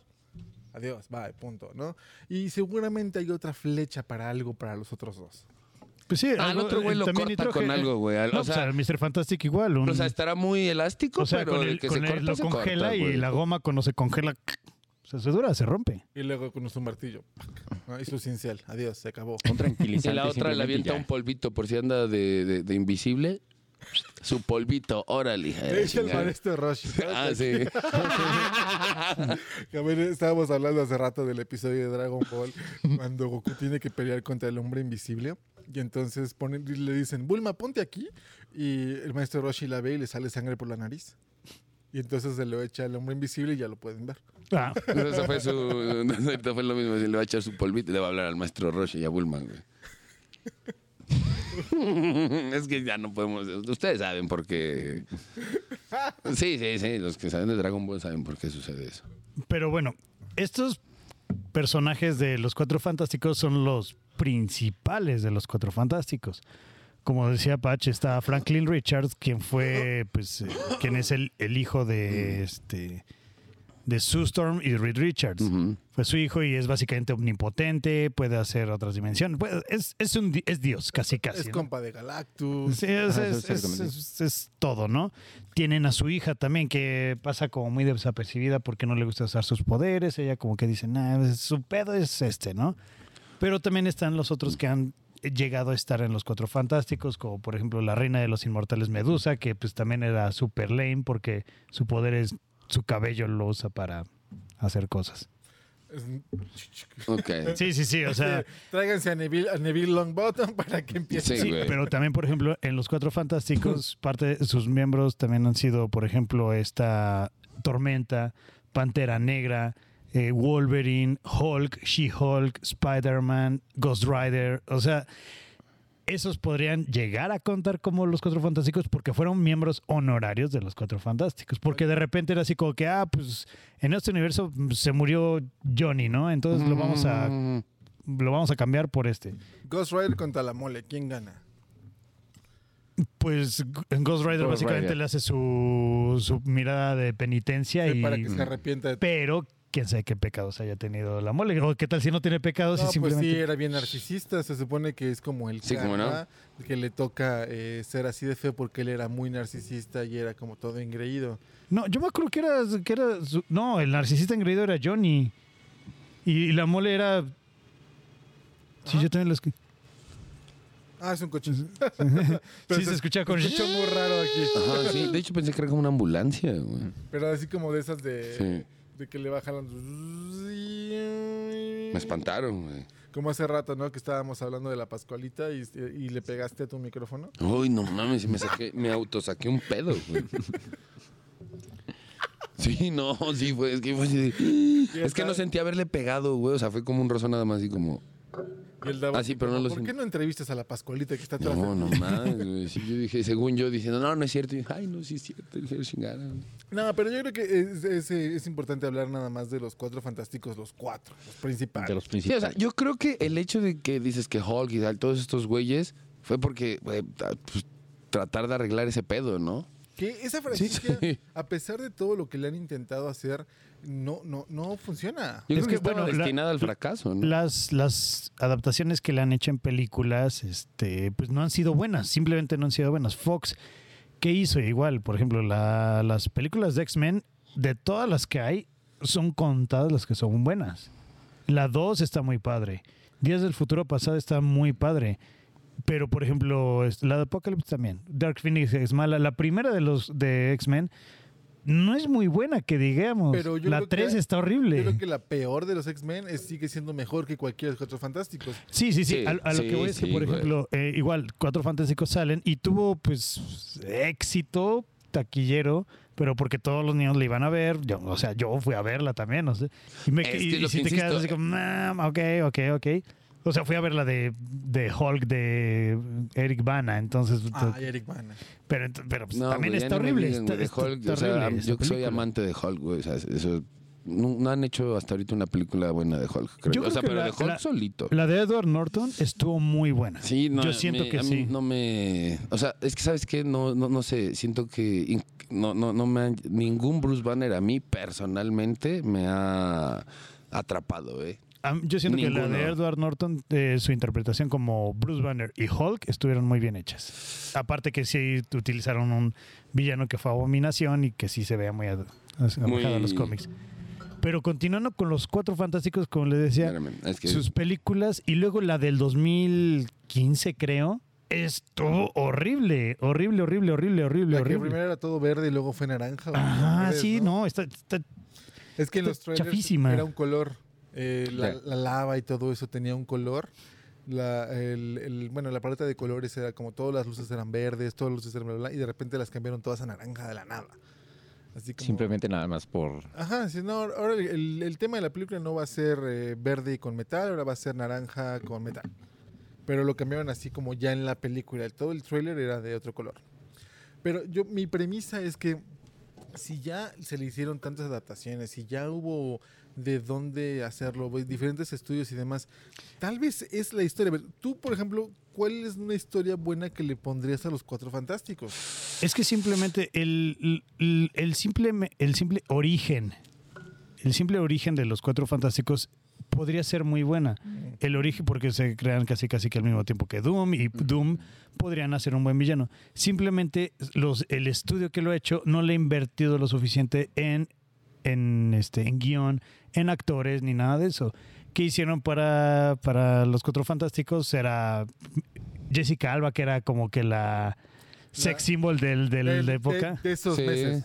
Speaker 1: Adiós, bye, punto, ¿no? Y seguramente hay otra flecha para algo para los otros dos.
Speaker 3: Pues sí,
Speaker 2: Ah, al
Speaker 3: algo-
Speaker 2: otro güey lo
Speaker 3: también
Speaker 2: corta
Speaker 3: nitrógeno.
Speaker 2: con algo, güey. Al-
Speaker 3: No,
Speaker 2: o, sea,
Speaker 3: Mr. Fantastic igual. un-
Speaker 2: o sea, estará muy elástico,
Speaker 3: o sea,
Speaker 2: pero
Speaker 3: con
Speaker 2: el,
Speaker 3: el,
Speaker 2: que
Speaker 3: con
Speaker 2: se
Speaker 3: el-
Speaker 2: corta,
Speaker 3: lo
Speaker 2: se
Speaker 3: congela
Speaker 2: corta,
Speaker 3: y
Speaker 2: güey.
Speaker 3: la goma cuando se congela o sea, se dura, se rompe.
Speaker 1: Y luego con su martillo. ¡pac! ¿no? Y su cincel. Adiós, se acabó.
Speaker 5: Un
Speaker 2: Y
Speaker 5: tranquilizante.
Speaker 2: la otra le
Speaker 5: simplemente
Speaker 2: avienta
Speaker 5: ya.
Speaker 2: un polvito por si anda de, de- de invisible. Su polvito, órale. hija de la
Speaker 1: De hecho, el
Speaker 2: chingada.
Speaker 1: maestro Rush.
Speaker 2: Ah, sí.
Speaker 1: Que, a ver, estábamos hablando hace rato del episodio de Dragon Ball, cuando Goku tiene que pelear contra el hombre invisible. Y entonces ponen- le dicen, Bulma, ponte aquí. Y el maestro Roshi la ve y le sale sangre por la nariz. Y entonces se lo echa al hombre invisible y ya lo pueden ver.
Speaker 3: Ah,
Speaker 2: Entonces, Esa Pues fue su. ahorita fue lo mismo. si Le va a echar su polvito y le va a hablar al maestro Roche y a Bullman, güey. es que ya no podemos. Ustedes saben por qué. Sí, sí, sí. Los que saben de Dragon Ball saben por qué sucede eso.
Speaker 3: pero bueno, estos personajes de los Cuatro Fantásticos son los principales de los Cuatro Fantásticos. Como decía Patch, está Franklin Richards, quien fue, pues, eh, quien es el, el hijo de este de Sue Storm y Reed Richards.
Speaker 2: Ujú.
Speaker 3: Fue su hijo y es básicamente omnipotente, puede hacer otras dimensiones. Pues, es, es un di- es Dios, casi casi.
Speaker 1: es
Speaker 3: ¿no?
Speaker 1: compa de Galactus.
Speaker 3: Pues Sí, es,
Speaker 5: Ajá,
Speaker 3: es-
Speaker 5: sí,
Speaker 3: es-
Speaker 5: exactamente.
Speaker 3: es- es todo, ¿no? Tienen a su hija también que pasa como muy desapercibida porque no le gusta usar sus poderes. Ella como que dice, nada, su pedo es este, ¿no? Pero también están los otros que han llegado a estar en los Cuatro Fantásticos, como por ejemplo la reina de los inmortales Medusa, que pues también era super lame porque su poder es, su cabello lo usa para hacer cosas.
Speaker 1: Es- eh,
Speaker 2: Ok.
Speaker 3: Sí, sí, sí, o sea...
Speaker 1: Tráiganse a Neville, a Neville Longbottom para que empiece.
Speaker 2: Sí,
Speaker 3: Sí,
Speaker 2: güey.
Speaker 3: pero también, por ejemplo, en los Cuatro Fantásticos, parte de sus miembros también han sido, por ejemplo, esta Tormenta, Pantera Negra, eh, Wolverine, Hulk, She-Hulk, Spider-Man, Ghost Rider. O sea, esos podrían llegar a contar como los Cuatro Fantásticos porque fueron miembros honorarios de los Cuatro Fantásticos. Porque de repente era así como que, ah, pues en este universo mm, se murió Johnny, ¿no? Entonces Pues lo vamos a,
Speaker 2: Mm.
Speaker 3: lo vamos a cambiar por este.
Speaker 1: Ghost Rider contra la mole. ¿Quién gana?
Speaker 3: Pues en Ghost Rider
Speaker 2: Ghost
Speaker 3: básicamente
Speaker 2: Rider.
Speaker 3: le hace su, su mirada de penitencia
Speaker 1: Sí,
Speaker 3: y
Speaker 1: Para que se arrepienta de
Speaker 3: pero quién sabe qué pecados haya tenido la mole o qué tal si no tiene pecados
Speaker 1: No,
Speaker 3: y
Speaker 1: pues sí,
Speaker 3: simplemente
Speaker 1: era bien narcisista. Se supone que es como el
Speaker 2: Sí, ¿cómo no?
Speaker 1: karma, que le toca eh, ser así de feo porque él era muy narcisista y era como todo engreído.
Speaker 3: no yo me acuerdo que era que era su- no el narcisista engreído era Johnny y la mole era sí yo también lo escuché
Speaker 1: Ah, es un coche. Pero
Speaker 3: sí se escucha con
Speaker 1: se escuchó muy raro aquí.
Speaker 2: Ajá, sí. De hecho, pensé que era como una ambulancia, güey.
Speaker 1: Pero así como de esas de,
Speaker 2: Sí.
Speaker 1: de que le bajan.
Speaker 2: Me espantaron, güey.
Speaker 1: Como hace rato, ¿no? Que estábamos hablando de la Pascualita y, y le pegaste a tu micrófono.
Speaker 2: Uy, no mames, me saqué, me autosaqué un pedo, güey. Sí, no, sí, fue, es que fue así de- Es que no sentí haberle pegado, güey. O sea, fue como un rozo nada más y como.
Speaker 1: Y él daba
Speaker 2: Ah, sí, pero no lo
Speaker 1: ¿Por qué
Speaker 2: siento.
Speaker 1: no entrevistas a la Pascualita que está atrás? de
Speaker 2: No,
Speaker 1: ti?"
Speaker 2: no mames, güey. Sí, yo dije, según yo, diciendo, no, no es cierto. Y dije, ay, no, sí es cierto. dije, chingada. güey.
Speaker 1: No, pero yo creo que es, es- es importante hablar nada más de los cuatro fantásticos, los cuatro, los principales.
Speaker 5: De los
Speaker 2: Sí, o
Speaker 5: principales.
Speaker 2: sea, yo creo que el hecho de que dices que Hulk y tal, todos estos güeyes, fue porque, güey, ta- pues, tratar de arreglar ese pedo, ¿no?
Speaker 1: Que esa franquicia,
Speaker 2: Sí.
Speaker 1: a pesar de todo lo que le han intentado hacer, no, no, no funciona.
Speaker 2: Yo creo
Speaker 3: Es
Speaker 2: que,
Speaker 3: que,
Speaker 2: estaba
Speaker 3: bueno, la-
Speaker 2: destinada al fracaso, ¿no?
Speaker 3: las, las adaptaciones que le han hecho en películas, este, pues no han sido buenas, simplemente no han sido buenas. Fox, ¿qué hizo? Igual, por ejemplo, la- las películas de X-Men, de todas las que hay, son contadas las que son buenas. La 2 está muy padre. Días del futuro pasado está muy padre. Pero, por ejemplo, es- la de Apocalypse también. Dark Phoenix es mala. La primera de los de X-Men no es muy buena, que digamos.
Speaker 1: Pero yo
Speaker 3: la
Speaker 1: creo que-
Speaker 3: 3 está horrible.
Speaker 1: Yo creo que la peor de los X-Men es- sigue siendo mejor que cualquiera de los cuatro fantásticos.
Speaker 3: Sí, sí, sí.
Speaker 2: Sí,
Speaker 3: a, a lo
Speaker 2: sí,
Speaker 3: que voy es que,
Speaker 2: sí,
Speaker 3: por
Speaker 2: güey.
Speaker 3: ejemplo, eh, igual, Cuatro Fantásticos salen y tuvo, pues, éxito taquillero, pero porque todos los niños le iban a ver. Yo, o sea, yo fui a verla también, no sé. Y, me,
Speaker 2: Es
Speaker 3: y-
Speaker 2: que
Speaker 3: y
Speaker 2: lo
Speaker 3: si
Speaker 2: que
Speaker 3: te quedas
Speaker 2: insisto, eh,
Speaker 3: así como, "Mam, ok, ok, ok. O sea, fui a ver la de, de Hulk de Eric Bana, entonces. pues,
Speaker 1: Ah, Eric Bana.
Speaker 3: Pero, ent- pero pues,
Speaker 2: No,
Speaker 3: también
Speaker 2: güey, ya
Speaker 3: está
Speaker 2: ni me
Speaker 3: horrible.
Speaker 2: digan,
Speaker 3: está-
Speaker 2: güey, de
Speaker 3: está-
Speaker 2: Hulk,
Speaker 3: está
Speaker 2: o sea,
Speaker 3: horrible esa
Speaker 2: yo que soy
Speaker 3: película.
Speaker 2: amante de Hulk, güey. O sea, eso. No, no han hecho hasta ahorita una película buena de Hulk, creo.
Speaker 3: Yo creo
Speaker 2: o sea,
Speaker 3: que
Speaker 2: pero
Speaker 3: la-
Speaker 2: de Hulk
Speaker 3: la-
Speaker 2: solito.
Speaker 3: La de Edward Norton estuvo muy buena.
Speaker 2: Sí, no,
Speaker 3: Yo siento
Speaker 2: me-
Speaker 3: que
Speaker 2: a mí
Speaker 3: sí.
Speaker 2: No me. O sea, es que, ¿sabes qué? No, no, no sé. Siento que. in- No, no, no me han- ningún Bruce Banner a mí personalmente me ha atrapado, ¿eh?
Speaker 3: Am- Yo siento que la de
Speaker 2: Ninguno.
Speaker 3: Edward Norton, eh, su interpretación como Bruce Banner y Hulk estuvieron muy bien hechas. Aparte que sí utilizaron un villano que fue abominación y que sí se vea muy ad- as-
Speaker 2: Muy-
Speaker 3: abocado a los cómics. Pero continuando con los cuatro fantásticos, como les decía,
Speaker 2: Espérame, es que-
Speaker 3: sus películas y luego la del 2015 creo, estuvo horrible, horrible, horrible, horrible, horrible,
Speaker 1: La que
Speaker 3: horrible.
Speaker 1: primero era todo verde y luego fue naranja. o
Speaker 3: Ajá,
Speaker 1: al revés,
Speaker 3: sí, no, está- está
Speaker 1: Es que en
Speaker 3: Está
Speaker 1: los trailers
Speaker 3: chafísima.
Speaker 1: era un color. Eh, la,
Speaker 2: Ya.
Speaker 1: la lava y todo eso tenía un color. La, el- el- bueno, la paleta de colores era como todas las luces eran verdes, todas las luces eran bla, bla, bla, y de repente las cambiaron todas a naranja de la nada. Así como,
Speaker 5: Simplemente nada más por.
Speaker 1: Ajá, sí, no, ahora el, el- el tema de la película no va a ser eh, verde y con metal, ahora va a ser naranja con metal. Pero lo cambiaron así como ya en la película. Todo el tráiler era de otro color. Pero yo, mi premisa es que si ya se le hicieron tantas adaptaciones, si ya hubo de dónde hacerlo, pues, diferentes estudios y demás, tal vez es la historia. A ver, Tú, por ejemplo, ¿cuál es una historia buena que le pondrías a los Cuatro Fantásticos?
Speaker 3: Es que simplemente el, el, el simple, me- el simple origen, el simple origen de los cuatro fantásticos podría ser muy buena. El origen, porque se crean casi casi que al mismo tiempo que Doom, y Doom podrían hacer un buen villano. Simplemente los, el estudio que lo ha hecho no le ha invertido lo suficiente en, en, este, en guión, en actores, ni nada de eso. ¿Qué hicieron para, para los cuatro fantásticos? Era Jessica Alba, que era como que la sex symbol del, del- de la
Speaker 1: de-
Speaker 3: época.
Speaker 1: De, esos
Speaker 2: Sí.
Speaker 1: meses.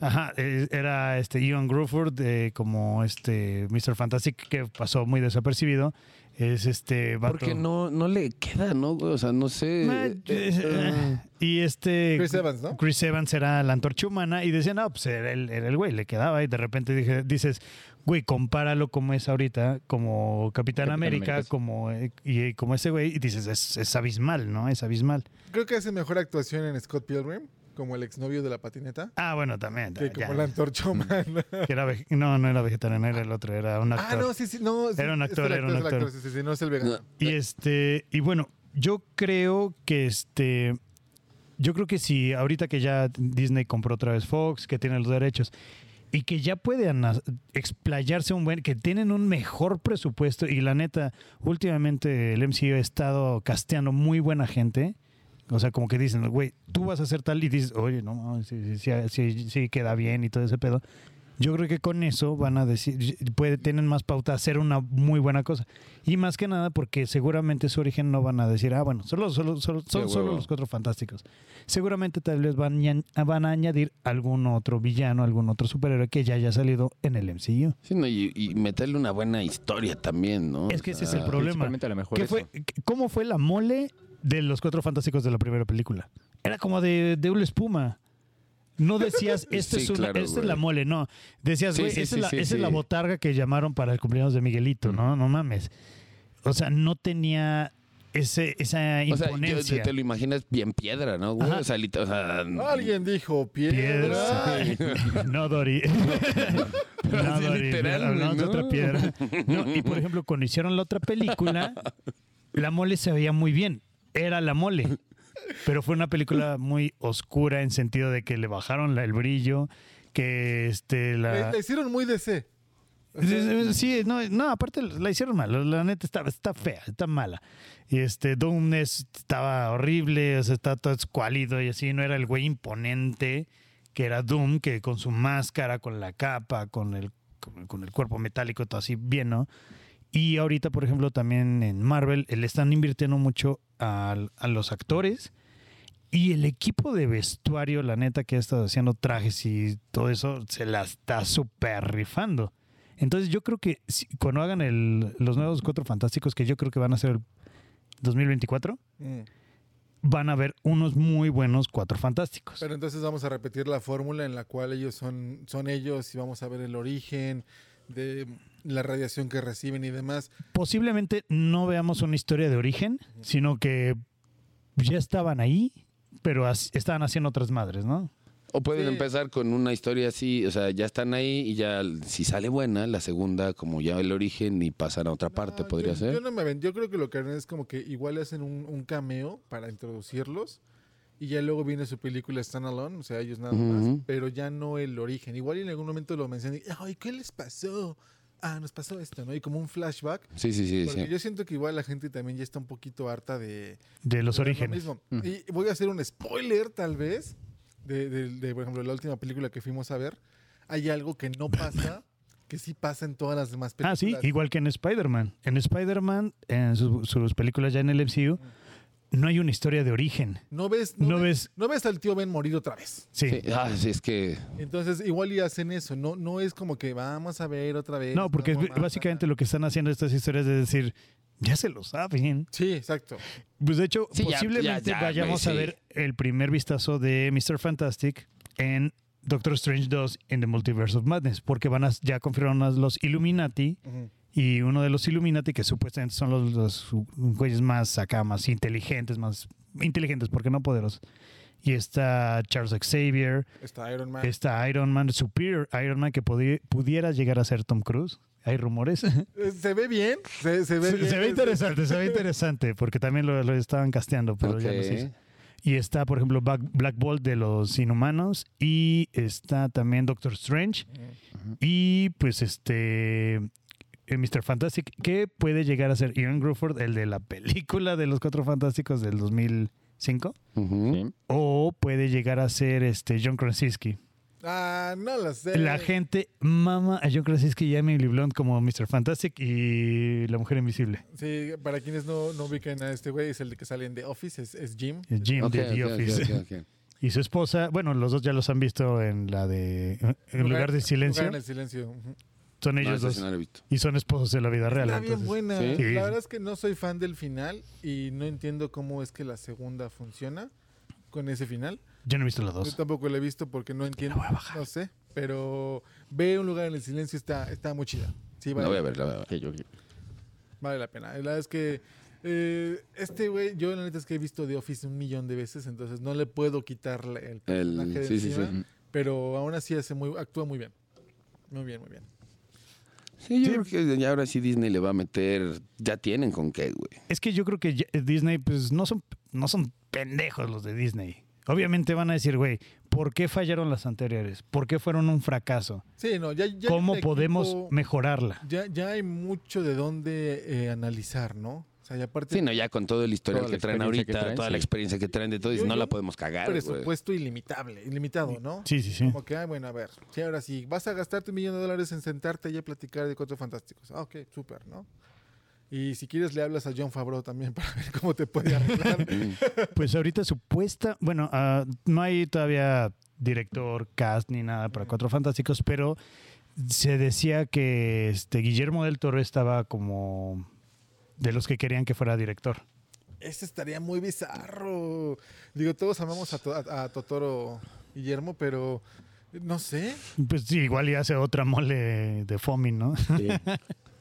Speaker 3: Ajá, eh, era este Ian Gruford eh, como este Mr. Fantastic que pasó muy desapercibido. Es este vato.
Speaker 2: Porque no, no le queda, ¿no? güey? O sea, no sé.
Speaker 3: Eh,
Speaker 2: Eh,
Speaker 3: eh,
Speaker 2: eh,
Speaker 3: y este
Speaker 1: Chris Evans, ¿no?
Speaker 3: Chris Evans era la antorcha humana y decían, no, pues era el, era el güey, le quedaba. Y de repente dije, dices, güey, compáralo como es ahorita, como Capitán,
Speaker 5: Capitán
Speaker 3: América,
Speaker 5: América, sí.
Speaker 3: como, eh, y, eh, como ese güey, y dices, es, es abismal, ¿no? Es abismal.
Speaker 1: Creo que hace mejor actuación en Scott Pilgrim, como el exnovio de la patineta,
Speaker 3: Ah, bueno, también.
Speaker 1: que
Speaker 3: ya, Mm.
Speaker 1: como la antorcha humana.
Speaker 3: que era vege- no, no era vegetariano, era el otro, era un
Speaker 1: ah,
Speaker 3: actor.
Speaker 1: no, sí, sí, no. sí,
Speaker 3: Era un
Speaker 1: es el
Speaker 3: actor, era un
Speaker 1: es el
Speaker 3: actor.
Speaker 1: sí, sí, sí, no es el
Speaker 3: eh,
Speaker 1: vegano.
Speaker 2: No.
Speaker 3: Y este, y bueno, yo creo que este. Yo creo que si ahorita que ya Disney compró otra vez Fox, que tiene los derechos, y que ya pueden as- explayarse un buen, que tienen un mejor presupuesto, y la neta, últimamente el MCU ha estado casteando muy buena gente. O sea, como que dicen, güey, tú vas a hacer tal y dices, oye, no, mames, sí, sí, sí, sí, sí queda bien y todo ese pedo. Yo creo que con eso van a decir, puede, tienen más pauta a hacer una muy buena cosa. Y más que nada porque seguramente su origen no van a decir, ah, bueno, solo, solo, solo, son
Speaker 2: huevo.
Speaker 3: solo los cuatro fantásticos. Seguramente tal vez van, y añ- van a añadir algún otro villano, algún otro superhéroe que ya haya salido en el MCU.
Speaker 2: sí, no, y, y meterle una buena historia también, ¿no?
Speaker 3: Es
Speaker 2: O
Speaker 3: que ese es
Speaker 2: sea,
Speaker 3: el problema.
Speaker 5: Principalmente a lo mejor.
Speaker 3: ¿Qué
Speaker 5: eso.
Speaker 3: fue, ¿Cómo fue la mole de los cuatro fantásticos de la primera película? Era como de, de una espuma. No decías, esta
Speaker 2: Sí,
Speaker 3: es, una-
Speaker 2: claro,
Speaker 3: esta es
Speaker 2: güey.
Speaker 3: la mole, no. Decías,
Speaker 2: Sí,
Speaker 3: güey,
Speaker 2: sí,
Speaker 3: esa,
Speaker 2: sí,
Speaker 3: es, la,
Speaker 2: sí,
Speaker 3: esa es la
Speaker 2: sí.
Speaker 3: botarga que llamaron para el cumpleaños de Miguelito, ¿no? No mames. O sea, no tenía ese, esa
Speaker 2: O sea, yo-
Speaker 3: imponencia.
Speaker 2: te, te lo imaginas bien piedra, ¿no? güey?
Speaker 3: Ajá.
Speaker 2: O sea, lit- o sea,
Speaker 1: Alguien dijo piedra.
Speaker 3: Piedra. No, Dori.
Speaker 2: Pero
Speaker 3: no,
Speaker 2: así
Speaker 3: Dori.
Speaker 2: literal,
Speaker 3: hablamos de
Speaker 2: ¿no?
Speaker 3: otra piedra. No, y por ejemplo, cuando hicieron la otra película, la mole se veía muy bien. Era la mole. Pero fue una película muy oscura en sentido de que le bajaron la- el brillo, que este
Speaker 1: Le,
Speaker 3: la...
Speaker 1: le eh, hicieron muy DC.
Speaker 3: Sí, no, no, aparte la hicieron mal. La neta está, está fea, está mala. Y este, Doom es- estaba horrible, o sea, está todo escuálido y así, no era el güey imponente que era Doom, que con su máscara, con la capa, con el, con, con el cuerpo metálico, todo así bien, ¿no? Y ahorita, por ejemplo, también en Marvel eh, le están invirtiendo mucho al- a, los actores y el equipo de vestuario, la neta, que ha estado haciendo trajes y todo eso, se la está súper rifando. Entonces yo creo que si- cuando hagan el- los nuevos Cuatro Fantásticos, que yo creo que van a ser el 2024,
Speaker 1: Mm.
Speaker 3: van a haber unos muy buenos Cuatro Fantásticos.
Speaker 1: Pero entonces vamos a repetir la fórmula en la cual ellos son, son ellos y vamos a ver el origen. de la radiación que reciben y demás.
Speaker 3: Posiblemente no veamos una historia de origen, sino que ya estaban ahí, pero as- estaban haciendo otras madres, ¿no?
Speaker 2: O pueden
Speaker 1: Sí.
Speaker 2: empezar con una historia así, o sea, ya están ahí y ya si sale buena, la segunda, como ya el origen y pasan a otra parte,
Speaker 1: No,
Speaker 2: podría
Speaker 1: yo,
Speaker 2: ser.
Speaker 1: Yo no me ven. Yo creo que lo que harán es como que igual hacen un, un cameo para introducirlos y ya luego viene su película Standalone, o sea, ellos nada más,
Speaker 2: Ujú.
Speaker 1: pero ya no el origen. Igual en algún momento lo mencionan y, ay, ¿qué les pasó? Ah, nos pasó esto, ¿no? Y como un flashback.
Speaker 2: Sí, sí, sí,
Speaker 1: Porque
Speaker 2: sí.
Speaker 1: yo siento que igual la gente también ya está un poquito harta de,
Speaker 3: De los
Speaker 1: de lo
Speaker 3: orígenes.
Speaker 1: mismo. Y voy a hacer un spoiler, tal vez, de, de- de, por ejemplo, la última película que fuimos a ver. Hay algo que no pasa, que sí pasa en todas las demás
Speaker 3: Ah,
Speaker 1: películas.
Speaker 3: sí, igual que en Spider-Man. En Spider-Man, en sus, sus películas ya en el MCU, no hay una historia de origen.
Speaker 1: No ves,
Speaker 3: No ves-
Speaker 1: no ves al tío Ben morir otra vez.
Speaker 3: Sí.
Speaker 2: Sí, Ah, sí, es que
Speaker 1: Entonces, igual y hacen eso. No, no es como que vamos a ver otra vez.
Speaker 3: No, porque
Speaker 1: mamá.
Speaker 3: básicamente lo que están haciendo estas historias es decir, ya se lo saben.
Speaker 1: Sí, exacto.
Speaker 3: Pues de hecho,
Speaker 2: Sí, ya-
Speaker 3: posiblemente
Speaker 2: ya- ya,
Speaker 3: vayamos
Speaker 2: güey,
Speaker 3: a
Speaker 2: sí.
Speaker 3: ver el primer vistazo de Mr. Fantastic en Doctor Strange 2 en The Multiverse of Madness, porque van a ya confirmaron los Illuminati
Speaker 1: Ujú.
Speaker 3: y uno de los Illuminati que supuestamente son los, los güeyes más acá, más inteligentes, más inteligentes, porque no poderosos. Y está Charles Xavier,
Speaker 1: Está Iron Man.
Speaker 3: está Iron Man, Superior Iron Man, que podi- pudiera llegar a ser Tom Cruise. Hay rumores.
Speaker 1: Eh, Se ve bien. Se, se ve
Speaker 3: Se,
Speaker 1: bien.
Speaker 3: se ve interesante, se ve interesante, porque también lo, lo estaban casteando, pero ya no se hizo.
Speaker 2: ok.
Speaker 3: Y está, por ejemplo, Black, Black Bolt de los Inhumanos. Y está también Doctor Strange. Y pues este. eh, Mr. Fantastic, que puede llegar a ser Ian Gruford, el de la película de los Cuatro Fantásticos del 2005.
Speaker 2: Ujú.
Speaker 5: Sí.
Speaker 3: O puede llegar a ser este John Krasinski.
Speaker 1: Ah, no lo sé.
Speaker 3: La gente mama a John Krasinski y a Emily Blunt como Mr. Fantastic y la Mujer Invisible.
Speaker 1: Sí, para quienes no, no ubican a este güey, es el de que sale en The Office, es, es Jim.
Speaker 3: Es Jim
Speaker 2: Ok,
Speaker 3: de The
Speaker 2: ok, ok,
Speaker 3: Office.
Speaker 2: ok, ok.
Speaker 3: Y su esposa, bueno, los dos ya los han visto en la de En lugar, de silencio.
Speaker 1: Lugar en el silencio. ujú.
Speaker 3: Son
Speaker 2: No,
Speaker 3: ellos
Speaker 2: esa
Speaker 3: dos.
Speaker 2: sí no la he visto.
Speaker 3: Y son esposos de la vida real.
Speaker 1: Está bien
Speaker 3: entonces.
Speaker 1: buena.
Speaker 2: Sí.
Speaker 3: Sí.
Speaker 1: La verdad es que no soy fan del final y no entiendo cómo es que la segunda funciona con ese final.
Speaker 3: Yo no he visto las
Speaker 1: Yo
Speaker 3: dos.
Speaker 1: tampoco la he visto porque no entiendo.
Speaker 3: voy a bajar.
Speaker 1: No sé. Pero ve un lugar en el silencio está, está muy chida. Sí,
Speaker 2: La voy
Speaker 1: vale,
Speaker 2: a ver, la voy a ver.
Speaker 5: Ok, yo-
Speaker 1: vale la pena. La verdad es que eh, este güey, yo la neta es que he visto The Office un millón de veces, entonces no le puedo quitar la- el personaje de
Speaker 2: sí, sí, sí.
Speaker 1: encima, Pero aún así hace muy, actúa muy bien. Muy bien, muy bien.
Speaker 2: Sí, yo creo que ya ahora sí Disney le va a meter. Ya tienen con qué, güey.
Speaker 3: Es que yo creo que ya- Disney, pues no son, no son pendejos los de Disney. Obviamente van a decir, güey, ¿por qué fallaron las anteriores? ¿Por qué fueron un fracaso?
Speaker 1: Sí, no, ya, ya hay
Speaker 3: ¿Cómo
Speaker 1: un
Speaker 3: podemos
Speaker 1: equipo-
Speaker 3: mejorarla?
Speaker 1: ya, ya hay mucho de dónde eh, analizar, ¿no? O sea, y aparte
Speaker 2: Sí, no, ya con todo el historial
Speaker 5: Toda
Speaker 2: que
Speaker 5: la
Speaker 2: traen
Speaker 5: experiencia que
Speaker 2: ahorita,
Speaker 5: traen,
Speaker 2: toda la
Speaker 5: sí.
Speaker 2: experiencia que traen de todo, y
Speaker 1: Yo-
Speaker 2: no
Speaker 1: yo-
Speaker 2: la podemos cagar, güey.
Speaker 1: presupuesto ilimitable, ilimitado, ¿no?
Speaker 3: Sí, sí, sí.
Speaker 1: Como que, ah, bueno, a ver, sí, ahora sí, vas a gastarte un millón de dólares en sentarte y a platicar de cuatro fantásticos. Ah, ok, súper, ¿no? Y si quieres le hablas a John Favreau también para ver cómo te puede arreglar.
Speaker 3: Pues ahorita supuesta, bueno, ah, no hay todavía director, cast ni nada para Cuatro Fantásticos, pero se decía que este Guillermo del Toro estaba como de los que querían que fuera director.
Speaker 1: Ese estaría muy bizarro. Digo, todos amamos a, To- a- a Totoro Guillermo, pero no sé.
Speaker 3: Pues sí, igual y hace otra mole de Fomin, ¿no?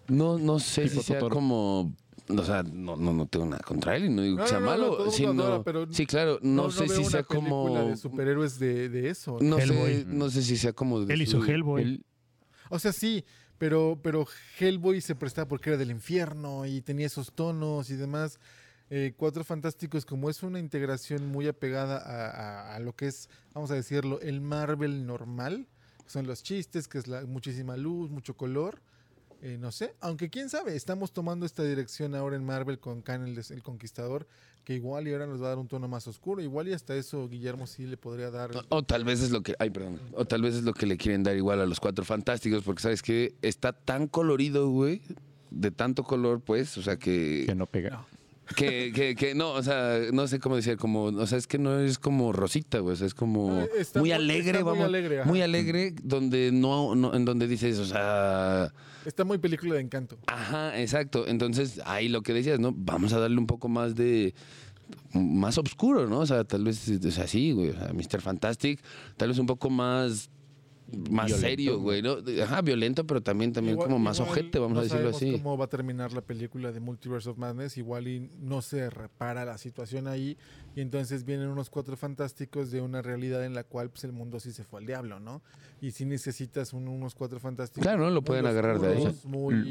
Speaker 2: No, no sé si
Speaker 5: Tipo
Speaker 2: sea
Speaker 5: Totoro.
Speaker 2: como. O sea, no, no, no tengo nada contra él y no digo
Speaker 1: No,
Speaker 2: que
Speaker 1: no,
Speaker 2: sea
Speaker 1: no, no,
Speaker 2: malo.
Speaker 1: todo el
Speaker 2: sino-
Speaker 1: mundo adora, pero
Speaker 2: sí, claro, no, sé
Speaker 1: veo
Speaker 2: si
Speaker 1: una
Speaker 2: sea
Speaker 1: película
Speaker 2: como.
Speaker 1: de superhéroes de, de eso.
Speaker 2: No
Speaker 3: Hellboy.
Speaker 2: sé, no sé si sea como. de
Speaker 3: Él hizo
Speaker 2: su-
Speaker 3: Hellboy.
Speaker 2: él-
Speaker 1: O sea, sí, pero, pero Hellboy se prestaba porque era del infierno y tenía esos tonos y demás. Eh, Cuatro Fantásticos, como es una integración muy apegada a, a- a lo que es, vamos a decirlo, el Marvel normal, que son los chistes, que es la muchísima luz, mucho color. eh, no sé, aunque quién sabe, estamos tomando esta dirección ahora en Marvel con Khan el, des- el Conquistador, que igual y ahora nos va a dar un tono más oscuro, igual y hasta eso Guillermo sí le podría dar.
Speaker 2: O, o tal vez es lo que. Ay, perdón. O tal vez es lo que le quieren dar igual a los cuatro fantásticos, porque sabes que está tan colorido, güey. De tanto color, pues. O sea que.
Speaker 5: Que no pega.
Speaker 2: Que, que, que no, o sea, no sé cómo decir, como, o sea, es que no es como Rosita, güey, o sea, es como
Speaker 1: Ah, está
Speaker 2: muy
Speaker 1: muy-
Speaker 2: alegre,
Speaker 1: está muy
Speaker 2: vamos.
Speaker 1: alegre, ajá.
Speaker 2: muy alegre, donde no, no- en donde dices, o sea,
Speaker 1: Está muy película de encanto.
Speaker 2: ajá, exacto. Entonces, ahí lo que decías, ¿no? Vamos a darle un poco más de más oscuro, ¿no? O sea, tal vez es así, güey, o sea, Mr. Fantastic, tal vez un poco más más
Speaker 5: Violento,
Speaker 2: serio,
Speaker 5: ¿no?
Speaker 2: güey. ¿no? Ajá, violento, pero también, también
Speaker 1: Igual-
Speaker 2: como más
Speaker 1: igual
Speaker 2: ojete, vamos a
Speaker 1: no
Speaker 2: decirlo
Speaker 1: sabemos
Speaker 2: así.
Speaker 1: cómo va a terminar la película de Multiverse of Madness. Igual y no se repara la situación ahí. Y entonces vienen unos cuatro fantásticos de una realidad en la cual pues, el mundo sí se fue al diablo, ¿no? Y si necesitas un- unos cuatro fantásticos.
Speaker 2: Claro, ¿no? Lo
Speaker 1: muy
Speaker 2: pueden agarrar de ahí. Mm.
Speaker 1: oscuros, Muy,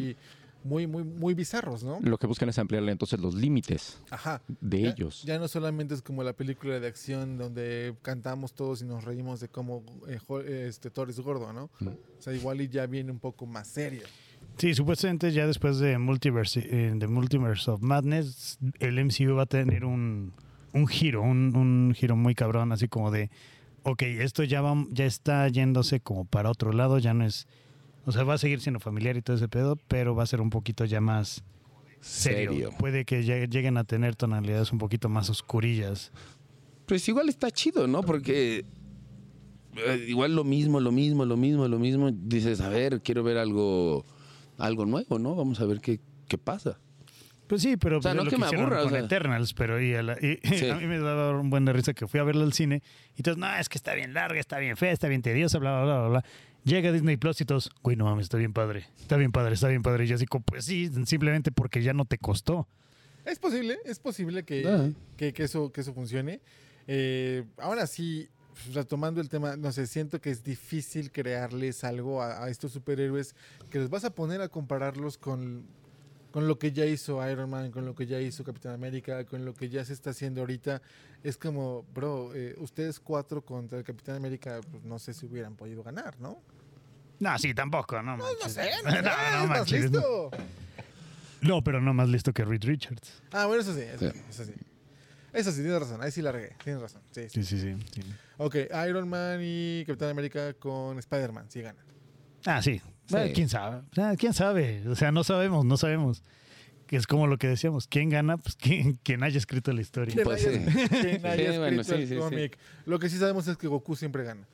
Speaker 1: muy, muy, muy bizarros, ¿no?
Speaker 5: Lo que buscan es ampliarle entonces los límites
Speaker 1: Ajá.
Speaker 5: de
Speaker 1: ya,
Speaker 5: ellos.
Speaker 1: Ya no solamente es como la película de acción donde cantamos todos y nos reímos de cómo eh, Hol- eh, este, Thor es gordo, ¿no?
Speaker 2: Mm.
Speaker 1: O sea, igual y ya viene un poco más serio.
Speaker 3: Sí, supuestamente ya después de Multiverse, eh, de Multiverse of Madness, el MCU va a tener un, un giro, un, un giro muy cabrón, así como de, ok, esto ya, va, ya está yéndose como para otro lado, ya no es, o sea, va a seguir siendo familiar y todo ese pedo, pero va a ser un poquito ya más serio. Puede que llegue- lleguen a tener tonalidades un poquito más oscurillas.
Speaker 2: Pues igual está chido, ¿no? Porque eh, igual lo mismo, lo mismo, lo mismo, lo mismo. Dices, a ver, quiero ver algo, algo nuevo, ¿no? Vamos a ver qué, qué pasa.
Speaker 3: Pues sí, pero
Speaker 2: O sea,
Speaker 3: pues,
Speaker 2: no
Speaker 3: es lo
Speaker 2: que me
Speaker 3: hicieron
Speaker 2: aburra, o
Speaker 3: con
Speaker 2: sea.
Speaker 3: Eternals, pero y a, la- y-
Speaker 2: Sí.
Speaker 3: a mí me daba un buen de risa que fui a verla al cine y todos, no, es que está bien larga, está bien fea, está bien tediosa, bla, bla, bla, bla, bla. Llega Disney Plus y todos, güey, no mames, está bien padre, está bien padre, está bien padre. Y yo así, como, pues sí, simplemente porque ya no te costó.
Speaker 1: Es posible, es posible que,
Speaker 2: Ah.
Speaker 1: que, que eso, que eso funcione. Eh, ahora sí, retomando el tema, no sé, siento que es difícil crearles algo a, a estos superhéroes que les vas a poner a compararlos con, con lo que ya hizo Iron Man, con lo que ya hizo Capitán América, con lo que ya se está haciendo ahorita. Es como, bro, eh, ustedes cuatro contra el Capitán América, pues, no sé si hubieran podido ganar, ¿no?
Speaker 3: No, sí, tampoco, no manches.
Speaker 1: No sé, no,
Speaker 3: no,
Speaker 1: sé,
Speaker 3: no
Speaker 1: ¿estás
Speaker 3: manches. No,
Speaker 1: listo?
Speaker 3: No, pero no más listo que Reed Richards.
Speaker 1: Ah, bueno, eso sí, eso
Speaker 2: Sí.
Speaker 1: sí. Eso sí. Eso sí, tienes razón, ahí sí la regué, tienes razón. Sí, sí.
Speaker 3: Sí, sí, sí. sí.
Speaker 1: Ok, Iron Man y Capitán América con Spider-Man, sí gana.
Speaker 3: Ah, sí. Bueno,
Speaker 2: Sí.
Speaker 3: ¿Quién sabe? O sea, ¿Quién sabe? O sea, no sabemos, no sabemos. Que es como lo que decíamos, ¿quién gana? Pues quien, quien haya escrito la historia.
Speaker 1: Quien
Speaker 2: Pues
Speaker 1: haya-
Speaker 2: sí.
Speaker 1: quien haya
Speaker 2: Sí, bueno,
Speaker 1: escrito
Speaker 2: sí,
Speaker 1: el
Speaker 2: sí, sí.
Speaker 1: cómic. Lo que sí sabemos es que Goku siempre gana.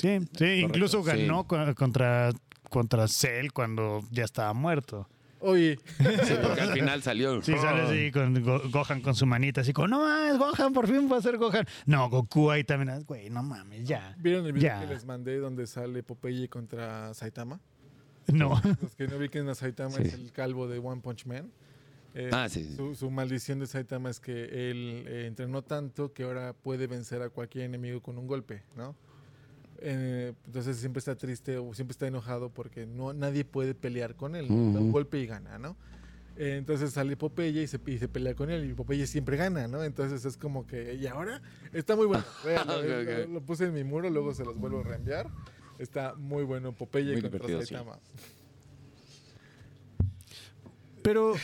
Speaker 3: Sí, sí, incluso
Speaker 2: sí.
Speaker 3: ganó co- contra, contra Cell cuando ya estaba muerto.
Speaker 1: Oye,
Speaker 2: Sí, porque al final salió.
Speaker 3: Sí, sale así con Go- Gohan con su manita, así como, no mames, Gohan, por fin va a ser Gohan. No, Goku ahí también, ah, güey, no mames, ya.
Speaker 1: ¿vieron el video
Speaker 3: Ya.
Speaker 1: que les mandé donde sale Popeye contra Saitama?
Speaker 3: No.
Speaker 1: Los que no ubiquen a Saitama
Speaker 2: Sí.
Speaker 1: es el calvo de One Punch Man. Eh,
Speaker 2: Ah, sí, sí.
Speaker 1: Su, su maldición de Saitama es que él eh, entrenó tanto que ahora puede vencer a cualquier enemigo con un golpe, ¿no? Eh, entonces siempre está triste o siempre está enojado porque no, nadie puede pelear con él. Da un
Speaker 2: Ujú.
Speaker 1: golpe y gana, ¿no? Eh, entonces sale Popeye y se, y se pelea con él y Popeye siempre gana, ¿no? Entonces es como que, ¿y ahora? Está muy bueno. Véanlo,
Speaker 2: Ok,
Speaker 1: eh,
Speaker 2: ok.
Speaker 1: Lo, lo puse en mi muro, luego se los vuelvo a reenviar. Está muy bueno Popeye
Speaker 5: Muy
Speaker 1: contra
Speaker 5: divertido, sí.
Speaker 1: Saitama.
Speaker 3: Pero,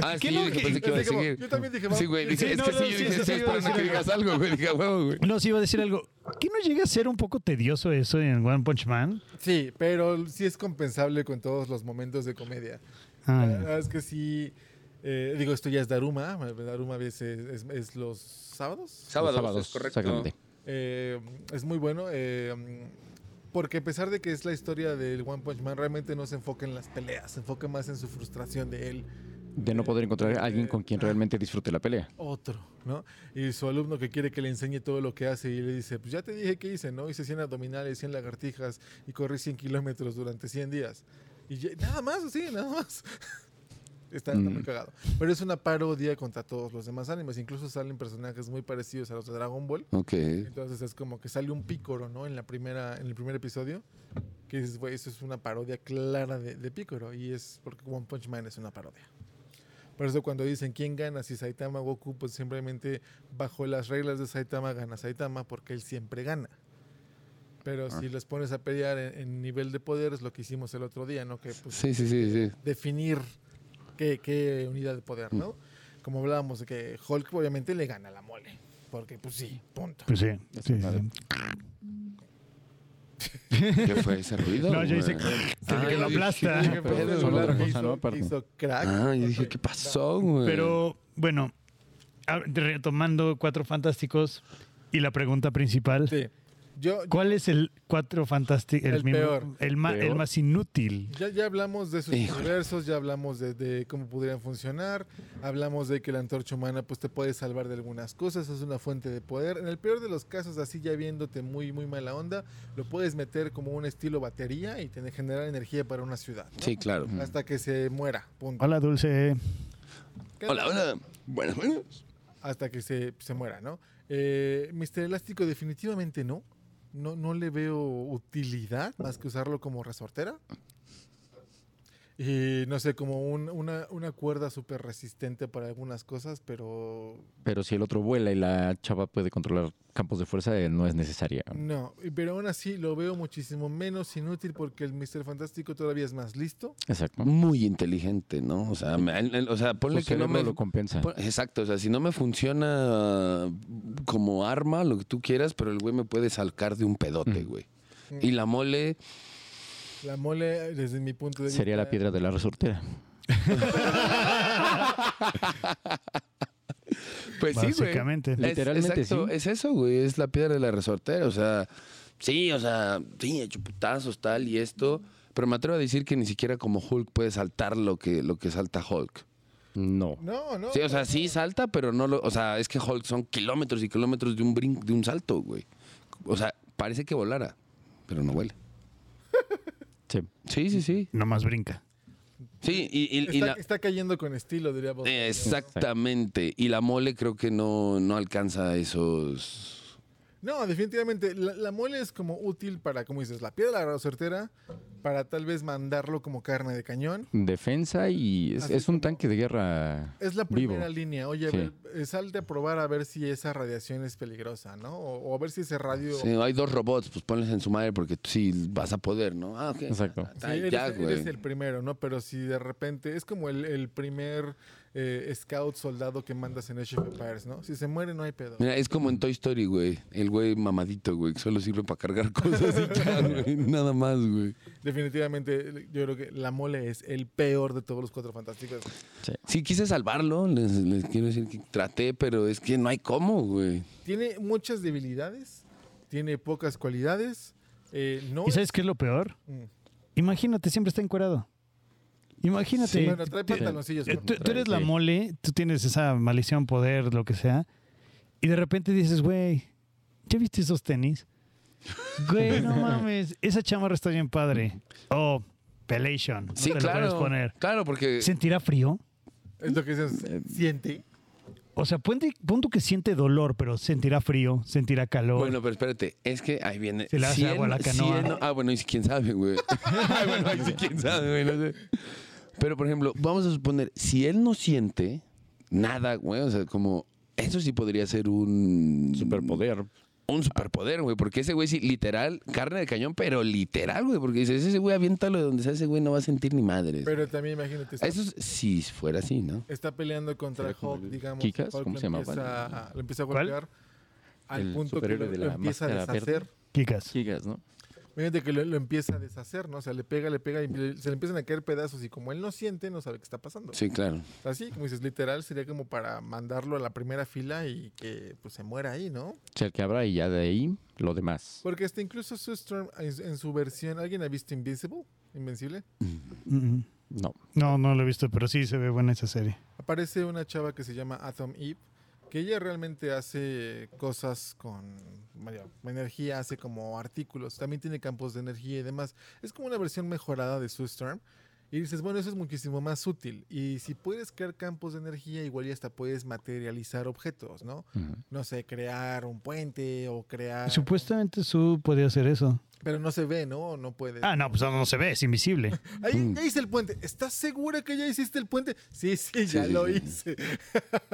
Speaker 2: Ah,
Speaker 3: ¿Qué
Speaker 2: sí,
Speaker 3: no?
Speaker 2: yo dije,
Speaker 3: ¿Qué?
Speaker 2: pensé que iba a
Speaker 1: Así como,
Speaker 2: decir.
Speaker 1: yo también dije, va-
Speaker 2: Sí, güey, dije,
Speaker 3: Sí,
Speaker 2: es
Speaker 3: no,
Speaker 2: que
Speaker 3: no,
Speaker 2: sí, yo
Speaker 3: sí,
Speaker 2: dije,
Speaker 3: eso sí
Speaker 2: estoy
Speaker 3: iba a
Speaker 2: esperando que
Speaker 3: decir
Speaker 2: digas algo, güey. Dije, huevo, güey.
Speaker 3: no, sí iba a decir algo. ¿Qué no llega a ser un poco tedioso eso en One Punch Man?
Speaker 1: Sí, pero sí es compensable con todos los momentos de comedia. La
Speaker 3: Ah,
Speaker 1: verdad es que sí. eh, digo, esto ya es Daruma. Daruma es, es- es los sábados.
Speaker 5: Los
Speaker 2: Sábados, es correcto.
Speaker 5: exactamente.
Speaker 1: Eh, es muy bueno. eh, porque a pesar de que es la historia del One Punch Man, realmente no se enfoca en las peleas, se enfoca más en su frustración de él.
Speaker 5: De no poder encontrar a alguien con quien realmente disfrute la pelea.
Speaker 1: otro, ¿no? Y su alumno que quiere que le enseñe todo lo que hace y le dice, pues ya te dije qué hice, ¿no? Hice 100 abdominales, 100 lagartijas y corrí 100 kilómetros durante 100 días. Y ya- nada más, así, nada más. Está, está muy
Speaker 5: Mm.
Speaker 1: cagado. Pero es una parodia contra todos los demás animes. Incluso salen personajes muy parecidos a los de Dragon Ball.
Speaker 2: Ok.
Speaker 1: Entonces es como que sale un pícoro, ¿no? En la primera, en el primer episodio. Que dices, güey, eso es una parodia clara de, de pícoro. Y es porque One Punch Man es una parodia. Por eso cuando dicen quién gana, si Saitama o Goku, pues simplemente bajo las reglas de Saitama gana Saitama porque él siempre gana. Pero si los pones a pelear en, en nivel de poder es lo que hicimos el otro día, ¿no? Que pues,
Speaker 2: Sí, sí, sí, sí.
Speaker 1: definir qué, qué unidad de poder, ¿no? Como hablábamos de que Hulk obviamente le gana a la mole. Porque pues sí, punto.
Speaker 3: pues sí. sí, sí, sí.
Speaker 2: ¿Qué fue ese ruido?
Speaker 3: No, yo hice
Speaker 2: güey?
Speaker 3: que
Speaker 2: Ah, yo
Speaker 3: lo
Speaker 2: dije,
Speaker 3: aplasta.
Speaker 2: ¿qué
Speaker 5: Pero
Speaker 2: pedo,
Speaker 5: eso no
Speaker 2: güey?
Speaker 5: lo-
Speaker 1: hizo,
Speaker 5: ¿no? Aparte.
Speaker 1: hizo crack.
Speaker 2: Ah, yo dije,
Speaker 1: Ok.
Speaker 2: ¿qué pasó, güey?
Speaker 3: Pero bueno, a- retomando Cuatro Fantásticos y la pregunta principal,
Speaker 1: Sí. Yo,
Speaker 3: ¿Cuál es el cuatro fantástico?
Speaker 1: El peor.
Speaker 3: El, ma-
Speaker 5: Peor.
Speaker 3: el más inútil.
Speaker 1: Ya, ya hablamos de sus
Speaker 2: Híjole.
Speaker 1: universos, ya hablamos de, de cómo podrían funcionar, hablamos de que la antorcha humana pues te puede salvar de algunas cosas, es una fuente de poder. En el peor de los casos, así ya viéndote muy, muy mala onda, lo puedes meter como un estilo batería y tener, generar energía para una ciudad. ¿no?
Speaker 2: Sí, claro.
Speaker 1: Hasta que se muera, punto.
Speaker 3: Hola, Dulce.
Speaker 2: Hola, hola. Buenas, buenas.
Speaker 1: Hasta que se, se muera, ¿no? Eh, Mr. Elástico definitivamente no. No, no le veo utilidad más que usarlo como resortera. Y no sé, como un- una, una cuerda súper resistente para algunas cosas, pero
Speaker 5: Pero si el otro vuela y la chava puede controlar campos de fuerza, eh, no es necesaria.
Speaker 2: Mm.
Speaker 1: no. Y- Pero aún así lo veo muchísimo menos inútil porque el Mr. Fantástico todavía es más listo.
Speaker 5: Exacto.
Speaker 2: Muy inteligente, ¿no? O sea, me- el- el- o sea ponle
Speaker 5: Su
Speaker 2: que no me...
Speaker 5: cerebro lo compensa.
Speaker 2: pon- Exacto, o sea, si no me funciona como arma, lo que tú quieras, pero el güey me puede salcar de un pedote, güey. Y la mole,
Speaker 1: La mole, desde mi punto de vista.
Speaker 5: Sería la piedra de la resortera.
Speaker 2: pues sí, güey.
Speaker 3: Básicamente.
Speaker 2: Es-
Speaker 5: Literalmente,
Speaker 2: exacto,
Speaker 5: sí.
Speaker 2: es eso, güey, es la piedra de la resortera, o sea, sí, o sea, sí, hecho putazos, tal y esto, pero me atrevo a decir que ni siquiera como Hulk puede saltar lo que, lo que salta Hulk.
Speaker 5: No.
Speaker 1: No, no.
Speaker 2: Sí, o sea, sí salta, pero no lo. O sea, es que Hulk son kilómetros y kilómetros de un brin, de un salto, güey. O sea, parece que volara, pero no vuela.
Speaker 5: Sí.
Speaker 2: Sí, sí, sí.
Speaker 3: Nomás brinca.
Speaker 2: Sí, y, y- y
Speaker 1: está,
Speaker 2: la-
Speaker 1: está cayendo con estilo, diría vos.
Speaker 2: Exactamente. Y la mole creo que no, no alcanza esos.
Speaker 1: No, definitivamente. La, la mole es como útil para, como dices, la piedra de la resortera, para tal vez mandarlo como carne de cañón.
Speaker 5: Defensa y es,
Speaker 1: Así
Speaker 5: es un
Speaker 1: como-
Speaker 5: tanque de guerra.
Speaker 1: Es la
Speaker 5: vivo.
Speaker 1: primera línea. Oye, a
Speaker 5: Sí.
Speaker 1: ver, eh, salte a probar a ver si esa radiación es peligrosa, ¿no? O, o a ver si ese radio...
Speaker 2: Sí, hay dos robots, pues ponles en su madre porque tú sí vas a poder, ¿no? Ah, ok.
Speaker 5: Exacto.
Speaker 1: Sí,
Speaker 2: Ah,
Speaker 1: eres,
Speaker 2: ya,
Speaker 1: eres
Speaker 2: güey.
Speaker 1: el primero, ¿no? Pero si de repente es como el, el primer eh, scout soldado que mandas en Age of Empires, ¿no? Si se muere no hay pedo.
Speaker 2: Mira, es como en Toy Story, güey. El güey mamadito, güey, que solo sirve para cargar cosas y ya, güey. Nada más, güey.
Speaker 1: Definitivamente yo creo que la mole es el peor de todos los cuatro fantásticos.
Speaker 2: Sí, quise salvarlo, les, les quiero decir que traté, pero es que no hay cómo, güey.
Speaker 1: Tiene muchas debilidades, tiene pocas cualidades. eh, no
Speaker 3: ¿Y sabes qué es lo peor?
Speaker 1: Mm.
Speaker 3: Imagínate, siempre está encuerado. Imagínate.
Speaker 1: Bueno, trae
Speaker 3: Tú-
Speaker 1: pantaloncillos.
Speaker 3: Eh,
Speaker 1: ¿no?
Speaker 3: Tú, tú eres la
Speaker 5: Sí.
Speaker 3: mole, tú tienes esa maldición, poder, lo que sea, y de repente dices, güey, ¿ya viste esos tenis? Güey, no mames, esa chamarra está bien padre. Oh, pelation. no
Speaker 2: Sí,
Speaker 3: te lo puedes
Speaker 2: claro. Eh.
Speaker 3: poner.
Speaker 2: Claro, porque
Speaker 3: ¿Sentirá frío?
Speaker 1: Es lo que se siente.
Speaker 3: O sea, ponte, pon tú que siente dolor, pero sentirá frío, sentirá calor.
Speaker 2: bueno, pero espérate, es que ahí viene
Speaker 3: Se le hace agua a la canoa.
Speaker 2: ah, bueno, y si quién sabe, güey. Ay, bueno, ahí sí quién sabe, güey, no sé. Pero por ejemplo, vamos a suponer, si él no siente nada, güey, o sea, como eso sí podría ser un
Speaker 5: Superpoder.
Speaker 2: Un superpoder, güey, porque ese güey sí, literal, carne de cañón, pero literal, güey, porque dices, ese güey aviéntalo de donde sea, ese güey no va a sentir ni madres.
Speaker 1: Pero también imagínate, está,
Speaker 2: Eso es- si fuera así, ¿no?
Speaker 1: está peleando contra
Speaker 5: ¿Será como
Speaker 1: Hulk,
Speaker 5: el
Speaker 1: digamos.
Speaker 5: Kikas?
Speaker 1: Hulk
Speaker 5: ¿Cómo
Speaker 1: lo
Speaker 5: se llamaba?
Speaker 1: Empieza, lo empieza a
Speaker 3: ¿Cuál?
Speaker 1: golpear al
Speaker 5: El
Speaker 1: punto que lo,
Speaker 5: superhéroe de la
Speaker 1: lo empieza a
Speaker 5: máscara verde.
Speaker 1: deshacer.
Speaker 3: Kikas.
Speaker 5: Gigas, ¿no?
Speaker 1: Imagínate que lo, lo empieza a deshacer, ¿no? O sea, le pega, le pega y le- se le empiezan a caer pedazos y como él no siente, no sabe qué está pasando.
Speaker 2: Sí, claro.
Speaker 1: Así, como dices, literal, sería como para mandarlo a la primera fila y que pues se muera ahí, ¿no?
Speaker 5: Es el que habrá y ya de ahí lo demás.
Speaker 1: Porque hasta incluso su Storm en en su versión, ¿alguien ha visto Invincible? Invencible.
Speaker 3: Mm, mm.
Speaker 5: No.
Speaker 3: No, no lo he visto, pero sí se ve buena esa serie.
Speaker 1: aparece una chava que se llama Atom Eve, que ella realmente hace cosas con vaya, energía, hace como artículos, también tiene campos de energía y demás. Es como una versión mejorada de Sue Storm. Y dices, bueno, eso es muchísimo más útil. Y si puedes crear campos de energía, igual y hasta puedes materializar objetos, ¿no? No sé, crear un puente o crear...
Speaker 3: Supuestamente Su podía hacer eso.
Speaker 1: Pero no se ve, ¿no? No puedes.
Speaker 3: Ah, no, pues no, no se ve, es invisible.
Speaker 2: Mm.
Speaker 1: Ahí, ya hice el puente. ¿Estás segura que ya hiciste el puente? Sí, sí, ya
Speaker 2: sí,
Speaker 1: lo
Speaker 2: sí.
Speaker 1: hice.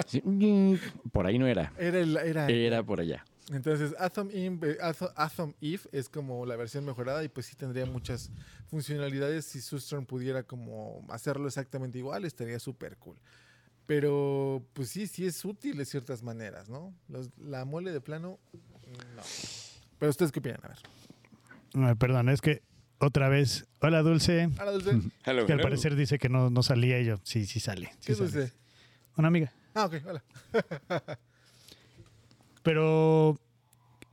Speaker 5: Sí. Mm, Por ahí no era.
Speaker 1: Era el... Era el-
Speaker 5: Era por allá.
Speaker 1: Entonces, Atom Eve, Atom, Atom Eve es como la versión mejorada y pues sí tendría muchas funcionalidades. Si Sustron pudiera como hacerlo exactamente igual, estaría súper cool. Pero pues sí, sí es útil de ciertas maneras, ¿no? Los- la mole de plano, no. Pero ustedes qué opinan, a ver.
Speaker 3: Ay, perdón, es que otra vez. Hola, Dulce.
Speaker 1: Ahora, Dulce,
Speaker 3: Que al parecer dice que no, no salía y yo. Sí, sí sale. sí
Speaker 1: ¿qué es
Speaker 3: sale.
Speaker 1: Dulce?
Speaker 3: Una amiga.
Speaker 1: Ah, ok, hola.
Speaker 3: Pero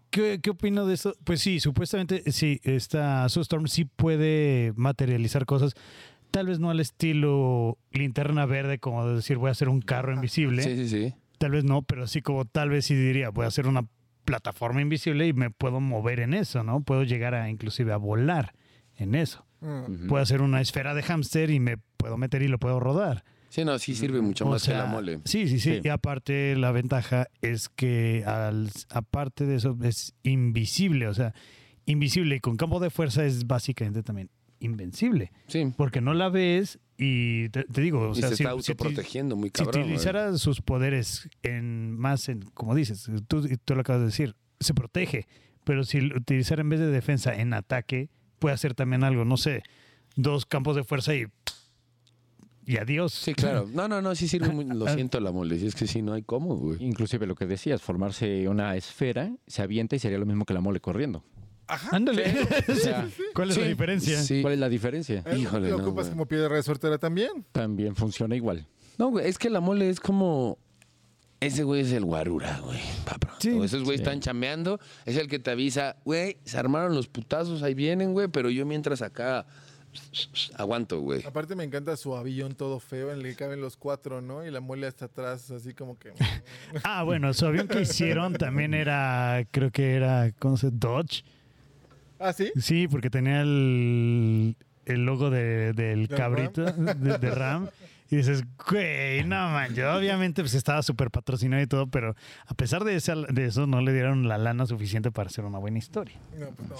Speaker 3: ¿Qué, ¿Qué opino de esto? Pues sí, supuestamente sí, esta Sue Storm sí puede materializar cosas. Tal vez no al estilo linterna verde, como de decir voy a hacer un carro invisible.
Speaker 2: Sí, sí, sí.
Speaker 3: Tal vez no, pero así como tal vez sí diría voy a hacer una plataforma invisible y me puedo mover en eso, ¿no? Puedo llegar a inclusive a volar en eso.
Speaker 1: Mm.
Speaker 2: Ujú.
Speaker 3: Puedo hacer una esfera de hámster y me puedo meter y lo puedo rodar.
Speaker 2: Sí, no, sí sirve mucho
Speaker 3: Mm, O
Speaker 2: más que
Speaker 3: sea,
Speaker 2: la mole.
Speaker 3: Sí, sí, sí,
Speaker 5: Sí.
Speaker 3: Y aparte la ventaja es que al, aparte de eso es invisible, o sea, invisible y con campo de fuerza es básicamente también invencible,
Speaker 2: Sí.
Speaker 3: porque no la ves y te, te digo, o
Speaker 2: Y
Speaker 3: sea,
Speaker 2: se
Speaker 3: si-
Speaker 2: está
Speaker 3: si, ti-
Speaker 2: autoprotegiendo muy
Speaker 3: si
Speaker 2: cabrón. güey.
Speaker 3: utilizara sus poderes en más, en, como dices, tú, tú lo acabas de decir, se protege, pero si lo utilizara en vez de defensa en ataque, puede hacer también algo, no sé, dos campos de fuerza y... Y adiós.
Speaker 2: Sí, claro. No, no, no, sí sirve muy... Lo
Speaker 3: Ah.
Speaker 2: siento la mole. Si es que sí, no hay cómo, güey.
Speaker 5: Inclusive lo que decías, formarse una esfera, se avienta y sería lo mismo que la mole corriendo.
Speaker 3: Ándale.
Speaker 2: O sea,
Speaker 3: ¿Cuál es la
Speaker 2: sí,
Speaker 3: diferencia?
Speaker 2: Sí.
Speaker 5: ¿Cuál es la diferencia?
Speaker 1: Eh,
Speaker 2: Híjole,
Speaker 1: Te
Speaker 2: no,
Speaker 1: ocupas
Speaker 2: güey.
Speaker 1: como piedra de suerte también.
Speaker 5: También funciona igual.
Speaker 2: No, güey, es que la mole es como... Ese güey es el guarura, güey. pa' pronto.
Speaker 3: Sí.
Speaker 2: Esos güeyes
Speaker 5: Sí.
Speaker 2: están chameando. Es el que te avisa, güey, se armaron los putazos, ahí vienen, güey, pero yo mientras acá aguanto, güey.
Speaker 1: Aparte me encanta su avión todo feo en el que caben los cuatro, ¿no? Y la mole hasta atrás, así como que...
Speaker 3: Ah, bueno, su avión que hicieron también era, creo que era, ¿cómo se Dodge.
Speaker 1: ¿Ah, sí?
Speaker 3: Sí, porque tenía el, el logo de- del
Speaker 1: ¿De
Speaker 3: cabrito, de, de Ram. Y dices, güey, no man, yo obviamente pues estaba súper patrocinado y todo, pero a pesar de, esa- de eso no le dieron la lana suficiente para hacer una buena historia.
Speaker 1: No, pues no.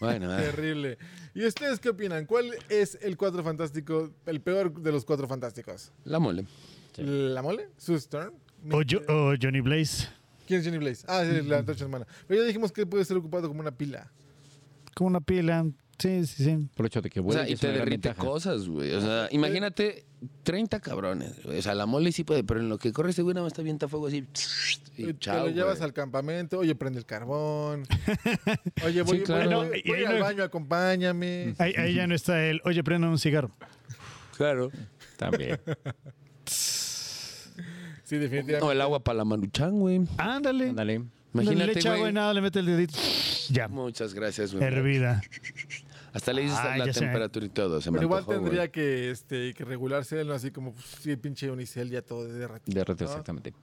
Speaker 2: Bueno, eh.
Speaker 1: Terrible. ¿Y ustedes qué opinan? ¿Cuál es el cuatro fantástico, el peor de los cuatro fantásticos?
Speaker 2: la mole.
Speaker 5: Sí.
Speaker 1: ¿La mole? ¿Sue Storm?
Speaker 3: O, yo- o Johnny Blaze,
Speaker 1: ¿Quién es Jenny Blaze? Ah, sí, la antorcha humana. Pero ya dijimos que puede ser ocupado como una pila.
Speaker 3: como una pila. Sí, sí, sí.
Speaker 5: Por el hecho de que
Speaker 2: O
Speaker 5: vuela
Speaker 2: sea, y te derrite cosas, güey. O sea, imagínate 30 cabrones, güey. O sea, la mole sí puede, pero en lo que corre seguro nada más te avienta fuego así. Y
Speaker 1: Eh,
Speaker 2: chao,
Speaker 1: te lo llevas
Speaker 2: güey.
Speaker 1: al campamento, oye, prende el carbón. Oye, voy,
Speaker 2: Sí, claro.
Speaker 1: voy-
Speaker 3: No,
Speaker 1: voy
Speaker 3: y ahí
Speaker 1: al
Speaker 3: no-
Speaker 1: baño, acompáñame.
Speaker 3: Ahí, ahí ya no está el, oye, prenda un cigarro.
Speaker 2: Claro.
Speaker 5: También.
Speaker 1: Sí, definitivamente.
Speaker 2: O el agua para la manuchán, güey.
Speaker 3: Ándale.
Speaker 5: Ándale.
Speaker 2: Imagínate,
Speaker 3: le echa
Speaker 2: güey.
Speaker 3: agua y nada, le mete el dedito. Ya,
Speaker 2: Muchas gracias, güey.
Speaker 3: hervida.
Speaker 2: Hasta le dices
Speaker 3: Ay,
Speaker 2: la
Speaker 3: ya sé.
Speaker 2: temperatura y todo. Se me
Speaker 1: Pero igual
Speaker 2: antojó, güey.
Speaker 1: tendría que, este, que regularse, ¿no? así como pues, sí, pinche unicel ya todo derretido.
Speaker 5: Derrete,
Speaker 1: ¿no?
Speaker 5: exactamente.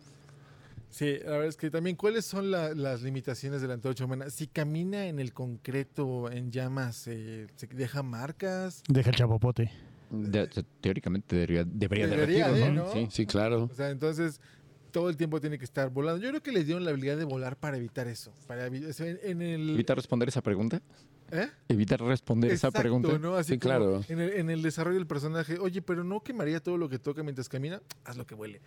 Speaker 1: Sí, la verdad es que también, ¿cuáles son la- las limitaciones de la antorcha humana? Si camina en el concreto, en llamas, eh, ¿se deja marcas?
Speaker 3: Deja el chapopote.
Speaker 5: De- te- teóricamente debería, debería
Speaker 1: Debería
Speaker 5: derretirlo,
Speaker 1: de,
Speaker 5: ¿no?
Speaker 1: ¿no?
Speaker 5: Sí.
Speaker 2: Sí, claro.
Speaker 1: O sea, entonces todo el tiempo tiene que estar volando. Yo creo que les dieron la habilidad de volar para evitar eso. Para evi- o sea, en, en el...
Speaker 5: Evita responder esa pregunta.
Speaker 1: ¿Eh?
Speaker 5: Evita responder esa
Speaker 1: Exacto,
Speaker 5: pregunta.
Speaker 1: ¿no? Así
Speaker 2: Sí,
Speaker 1: como
Speaker 2: claro.
Speaker 1: En el, en el desarrollo del personaje, oye, pero no quemaría todo lo que toca mientras camina, haz lo que huele.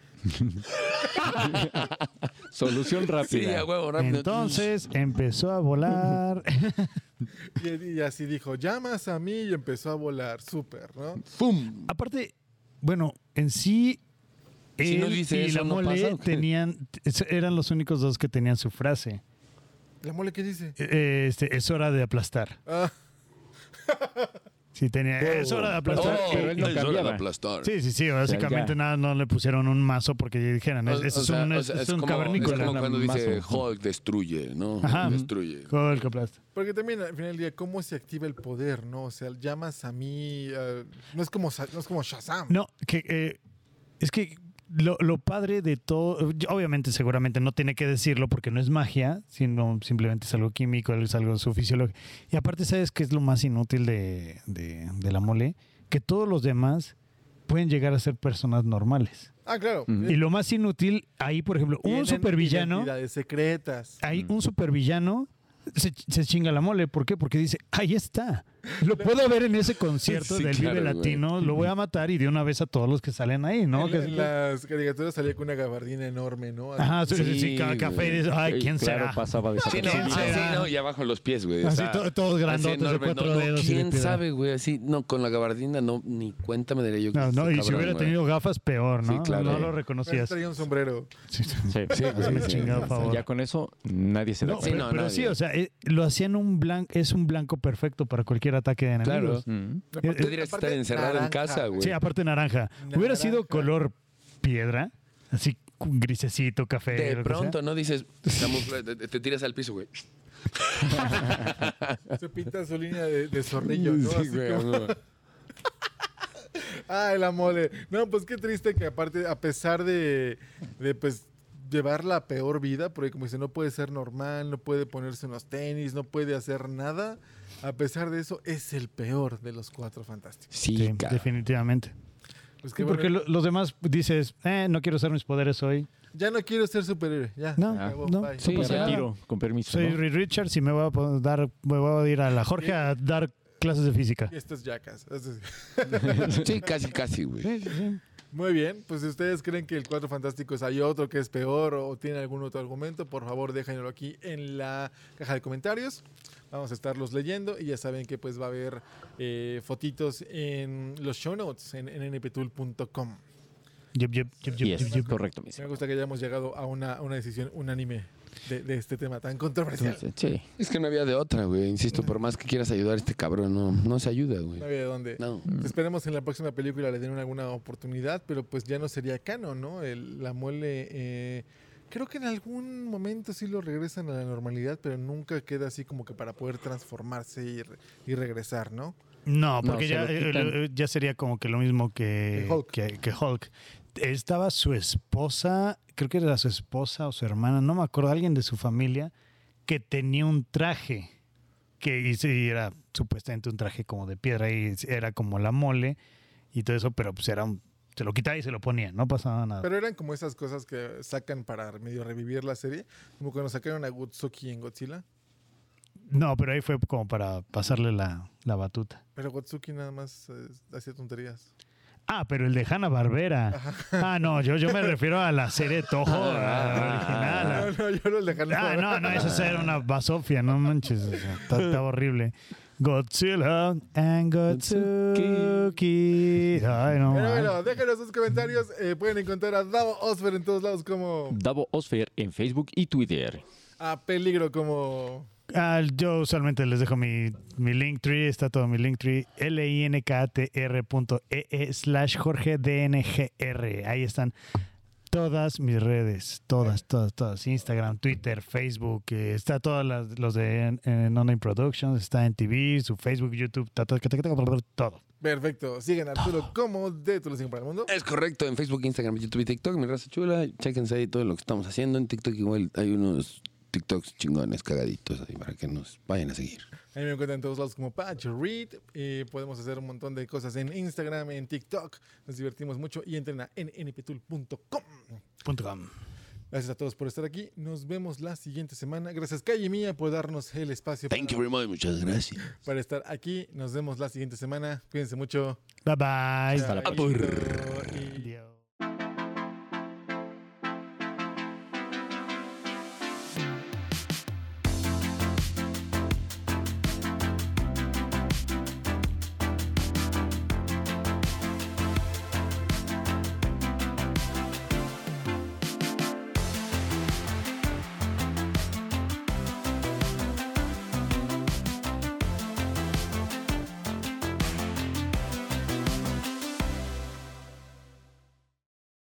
Speaker 5: Solución
Speaker 2: Sí,
Speaker 5: rápida.
Speaker 2: a huevo, rápido.
Speaker 3: Entonces empezó a volar.
Speaker 1: Y, y así dijo, llamas a mí y empezó a volar, súper, ¿no?
Speaker 2: ¡Fum!
Speaker 3: Aparte, bueno, en sí.
Speaker 2: Si
Speaker 3: él
Speaker 2: no dice
Speaker 3: y
Speaker 2: eso,
Speaker 3: la
Speaker 2: no
Speaker 3: mole
Speaker 2: pasa, ¿o qué?
Speaker 3: tenían, es- eran los únicos dos que tenían su frase.
Speaker 1: ¿La mole qué dice?
Speaker 3: Eh, Este, es hora de aplastar.
Speaker 1: Ah,
Speaker 3: Sí, tenía. Es hora de aplastar.
Speaker 5: Oh. pero él no
Speaker 2: es hora de
Speaker 5: cambiaba.
Speaker 2: aplastar.
Speaker 3: Sí, sí, sí. Básicamente
Speaker 5: ya.
Speaker 3: nada, no le pusieron un mazo porque dijeran,
Speaker 2: O-
Speaker 3: es,
Speaker 2: o
Speaker 3: es
Speaker 2: sea,
Speaker 3: un,
Speaker 2: o
Speaker 3: es,
Speaker 2: sea,
Speaker 3: es un
Speaker 2: como-
Speaker 3: cavernícola.
Speaker 2: Es como cuando
Speaker 3: un
Speaker 2: dice
Speaker 3: mazo.
Speaker 2: Hulk destruye, ¿no?
Speaker 3: Ajá.
Speaker 2: Destruye.
Speaker 3: Joder, que aplasta.
Speaker 1: porque también al final del día, ¿cómo se activa el poder, no? O sea, llamas a mí, eh, no, es como, Sa- no es como Shazam.
Speaker 3: No, que eh, es que lo, lo padre de todo, obviamente seguramente no tiene que decirlo porque no es magia, sino simplemente es algo químico, es algo su fisiología. Y aparte, ¿sabes qué es lo más inútil de, de- de la mole? Que todos los demás pueden llegar a ser personas normales.
Speaker 1: Ah, claro.
Speaker 5: Ujú.
Speaker 1: Eh,
Speaker 3: Y lo más inútil, ahí por ejemplo,
Speaker 1: tienen
Speaker 3: un supervillano,
Speaker 1: Identidades secretas.
Speaker 2: Mm.
Speaker 3: ahí un supervillano se, se chinga la mole. ¿Por qué? Porque dice, ahí está. Lo puedo ver en ese concierto
Speaker 2: Sí,
Speaker 3: del
Speaker 2: claro,
Speaker 3: Vive
Speaker 2: güey.
Speaker 3: Latino, lo voy a matar y de una vez a todos los que salen ahí, ¿no?
Speaker 1: en,
Speaker 3: Que-
Speaker 1: en las caricaturas salía con una gabardina enorme, ¿no? Así-
Speaker 3: Ajá, sí, sí, sí,
Speaker 2: Sí,
Speaker 3: ca-
Speaker 2: güey.
Speaker 3: café. dices, Ay,
Speaker 5: Y
Speaker 3: ¿quién
Speaker 5: claro,
Speaker 3: será?
Speaker 5: pasaba
Speaker 2: Sí, no,
Speaker 3: ¿Quién
Speaker 2: ah,
Speaker 5: desapercibido.
Speaker 3: será?
Speaker 2: sí, no, y abajo los pies, güey. o
Speaker 3: Así,
Speaker 2: sea,
Speaker 3: to- todos
Speaker 2: así
Speaker 3: grandotes de
Speaker 2: enorme,
Speaker 3: cuatro
Speaker 2: no, no,
Speaker 3: dedos. y de
Speaker 2: ¿Quién
Speaker 3: piedra.
Speaker 2: sabe, güey? Así, no, con la gabardina, no, ni cuenta me daría yo. que
Speaker 3: No,
Speaker 2: este
Speaker 3: no, y si
Speaker 2: cabrón,
Speaker 3: hubiera
Speaker 2: güey.
Speaker 3: tenido gafas, peor, ¿no?
Speaker 2: Sí, claro.
Speaker 3: No lo
Speaker 1: Pero
Speaker 3: reconocías.
Speaker 1: traía un sombrero.
Speaker 3: Sí, sí.
Speaker 5: Sí, sí,
Speaker 3: Hazme
Speaker 2: sí,
Speaker 3: chingado
Speaker 5: sí.
Speaker 3: favor.
Speaker 5: Ya con eso nadie se da
Speaker 3: No,
Speaker 2: Sí,
Speaker 3: pero,
Speaker 5: cuenta.
Speaker 2: Ah. no,
Speaker 3: pero sí,
Speaker 2: nadie.
Speaker 3: o sea, eh, lo hacían un blanco, es un blanco perfecto para cualquier ataque de
Speaker 2: Claro.
Speaker 3: enemigos.
Speaker 5: Mm.
Speaker 3: Eh, eh,
Speaker 2: Tendrías que estar encerrado en
Speaker 1: naranja.
Speaker 2: casa, güey.
Speaker 3: sí, aparte naranja. Hubiera sido
Speaker 1: Naranja.
Speaker 3: color piedra, así grisecito, café.
Speaker 2: De
Speaker 3: lo que
Speaker 2: pronto,
Speaker 3: sea.
Speaker 2: ¿no? Dices, camufla- te, te tiras al piso, güey.
Speaker 1: Se pinta su línea de, de zorrillo, ¿no? Así como- Ay, la mole. No, pues qué triste que aparte, a pesar de, de, pues llevar la peor vida, porque como dice, no puede ser normal, no puede ponerse unos tenis, no puede hacer nada. A pesar de eso, es el peor de los cuatro fantásticos.
Speaker 2: Sí,
Speaker 3: Sí,
Speaker 2: cabrón.
Speaker 3: definitivamente.
Speaker 1: Pues qué
Speaker 3: Sí, porque
Speaker 1: bueno,
Speaker 3: lo- los demás dices, eh, no quiero usar mis poderes hoy.
Speaker 1: ya no quiero ser superhéroe. Ya,
Speaker 3: No,
Speaker 1: se acabó,
Speaker 3: no,
Speaker 1: bye.
Speaker 2: sí,
Speaker 5: Me
Speaker 2: ya.
Speaker 5: retiro, con permiso.
Speaker 3: Soy
Speaker 5: ¿no?
Speaker 3: Reed Richards y me voy a po- dar, me voy a ir a la Jorge a dar clases de física.
Speaker 1: Y estas yacas.
Speaker 2: Sí, casi, casi, güey.
Speaker 1: Muy bien, pues si ustedes creen que el Cuatro Fantásticos hay otro que es peor o tienen algún otro argumento, por favor déjenlo aquí en la caja de comentarios. Vamos a estarlos leyendo y ya saben que pues va a haber eh, fotitos en los show notes en, en nptool.com.
Speaker 3: Yep, yep, yep, yep,
Speaker 5: Yes,
Speaker 3: yep, yep.
Speaker 5: correcto, mis
Speaker 1: Me gusta que hayamos llegado a una, a una decisión unánime de, de este tema tan controversial.
Speaker 5: Sí.
Speaker 2: Es que no había de otra, güey. Insisto, por más que quieras ayudar a este cabrón, no, no se ayuda, güey.
Speaker 1: No había de dónde.
Speaker 2: No.
Speaker 3: Mm.
Speaker 1: Pues, Esperemos en la próxima película le den alguna oportunidad, pero pues ya no sería canon, ¿no? El- la mole, eh, creo que en algún momento sí lo regresan a la normalidad, pero nunca queda así como que para poder transformarse y, re- y regresar, ¿no?
Speaker 3: No,
Speaker 5: No,
Speaker 3: porque
Speaker 5: se
Speaker 3: ya,
Speaker 5: lo quitan.
Speaker 3: eh, eh, ya sería como que lo mismo que
Speaker 1: Que Hulk.
Speaker 3: Que, que Hulk. Estaba su esposa, creo que era su esposa o su hermana, no me acuerdo, alguien de su familia, que tenía un traje, que y sí, era supuestamente un traje como de piedra y era como la mole y todo eso, pero pues era un- se lo quitaba y se lo ponía, no pasaba nada.
Speaker 1: Pero eran como esas cosas que sacan para medio revivir la serie, como cuando sacaron a Gotsuki en Godzilla,
Speaker 3: no, pero ahí fue como para pasarle la, la batuta.
Speaker 1: pero Gotsuki nada más eh, hacía tonterías.
Speaker 3: Ah, pero el de Hanna Barbera. Ah, no, yo, yo me refiero a la serie Toho,
Speaker 5: Ah,
Speaker 3: a la original,
Speaker 1: No,
Speaker 3: a-
Speaker 1: no, yo los dejaron.
Speaker 3: Ah, no, no, eso era una basofia, no manches. o sea, está- Estaba horrible. Godzilla and Gotsuki. Ay, no. eh.
Speaker 1: Pero
Speaker 3: man.
Speaker 1: bueno, déjenos sus comentarios. eh, pueden encontrar a Davo Osfer en todos lados
Speaker 3: Mm.
Speaker 1: como
Speaker 5: Davo Osfer en Facebook y Twitter.
Speaker 1: a peligro, como
Speaker 3: Ah, yo usualmente les dejo mi, mi Linktree, está todo mi Linktree, linktr.ee slash Jorge DNGR. Ahí están todas mis redes, todas, todas, todas. Instagram, Twitter, Facebook, eh, está todas las los de eh, Noname Productions, está en TV, su Facebook, YouTube, ta, ta, ta, ta, ta, ta, todo.
Speaker 1: Perfecto. Siguen a
Speaker 2: Ah.
Speaker 1: Arturo como de Tulucín para el Mundo.
Speaker 2: Es correcto, en Facebook, Instagram, YouTube y TikTok, mi raza chula. Chéquense ahí todo lo que estamos haciendo. En TikTok igual hay unos TikToks chingones, cagaditos ahí para que nos vayan a seguir.
Speaker 1: Ahí me encuentran en todos lados como Patch Read. Eh, podemos hacer un montón de cosas en Instagram, en TikTok. Nos divertimos mucho y entren a nptool.com.
Speaker 3: Punto com.
Speaker 1: Gracias a todos por estar aquí. Nos vemos la siguiente semana. Gracias, Calle Mía, por darnos el espacio para,
Speaker 2: Thank you very much, muchas gracias.
Speaker 1: para estar aquí. Nos vemos la siguiente semana. Cuídense mucho.
Speaker 3: Bye bye.
Speaker 5: la
Speaker 1: Chaito.
Speaker 5: próxima.
Speaker 1: Y-
Speaker 3: Adiós.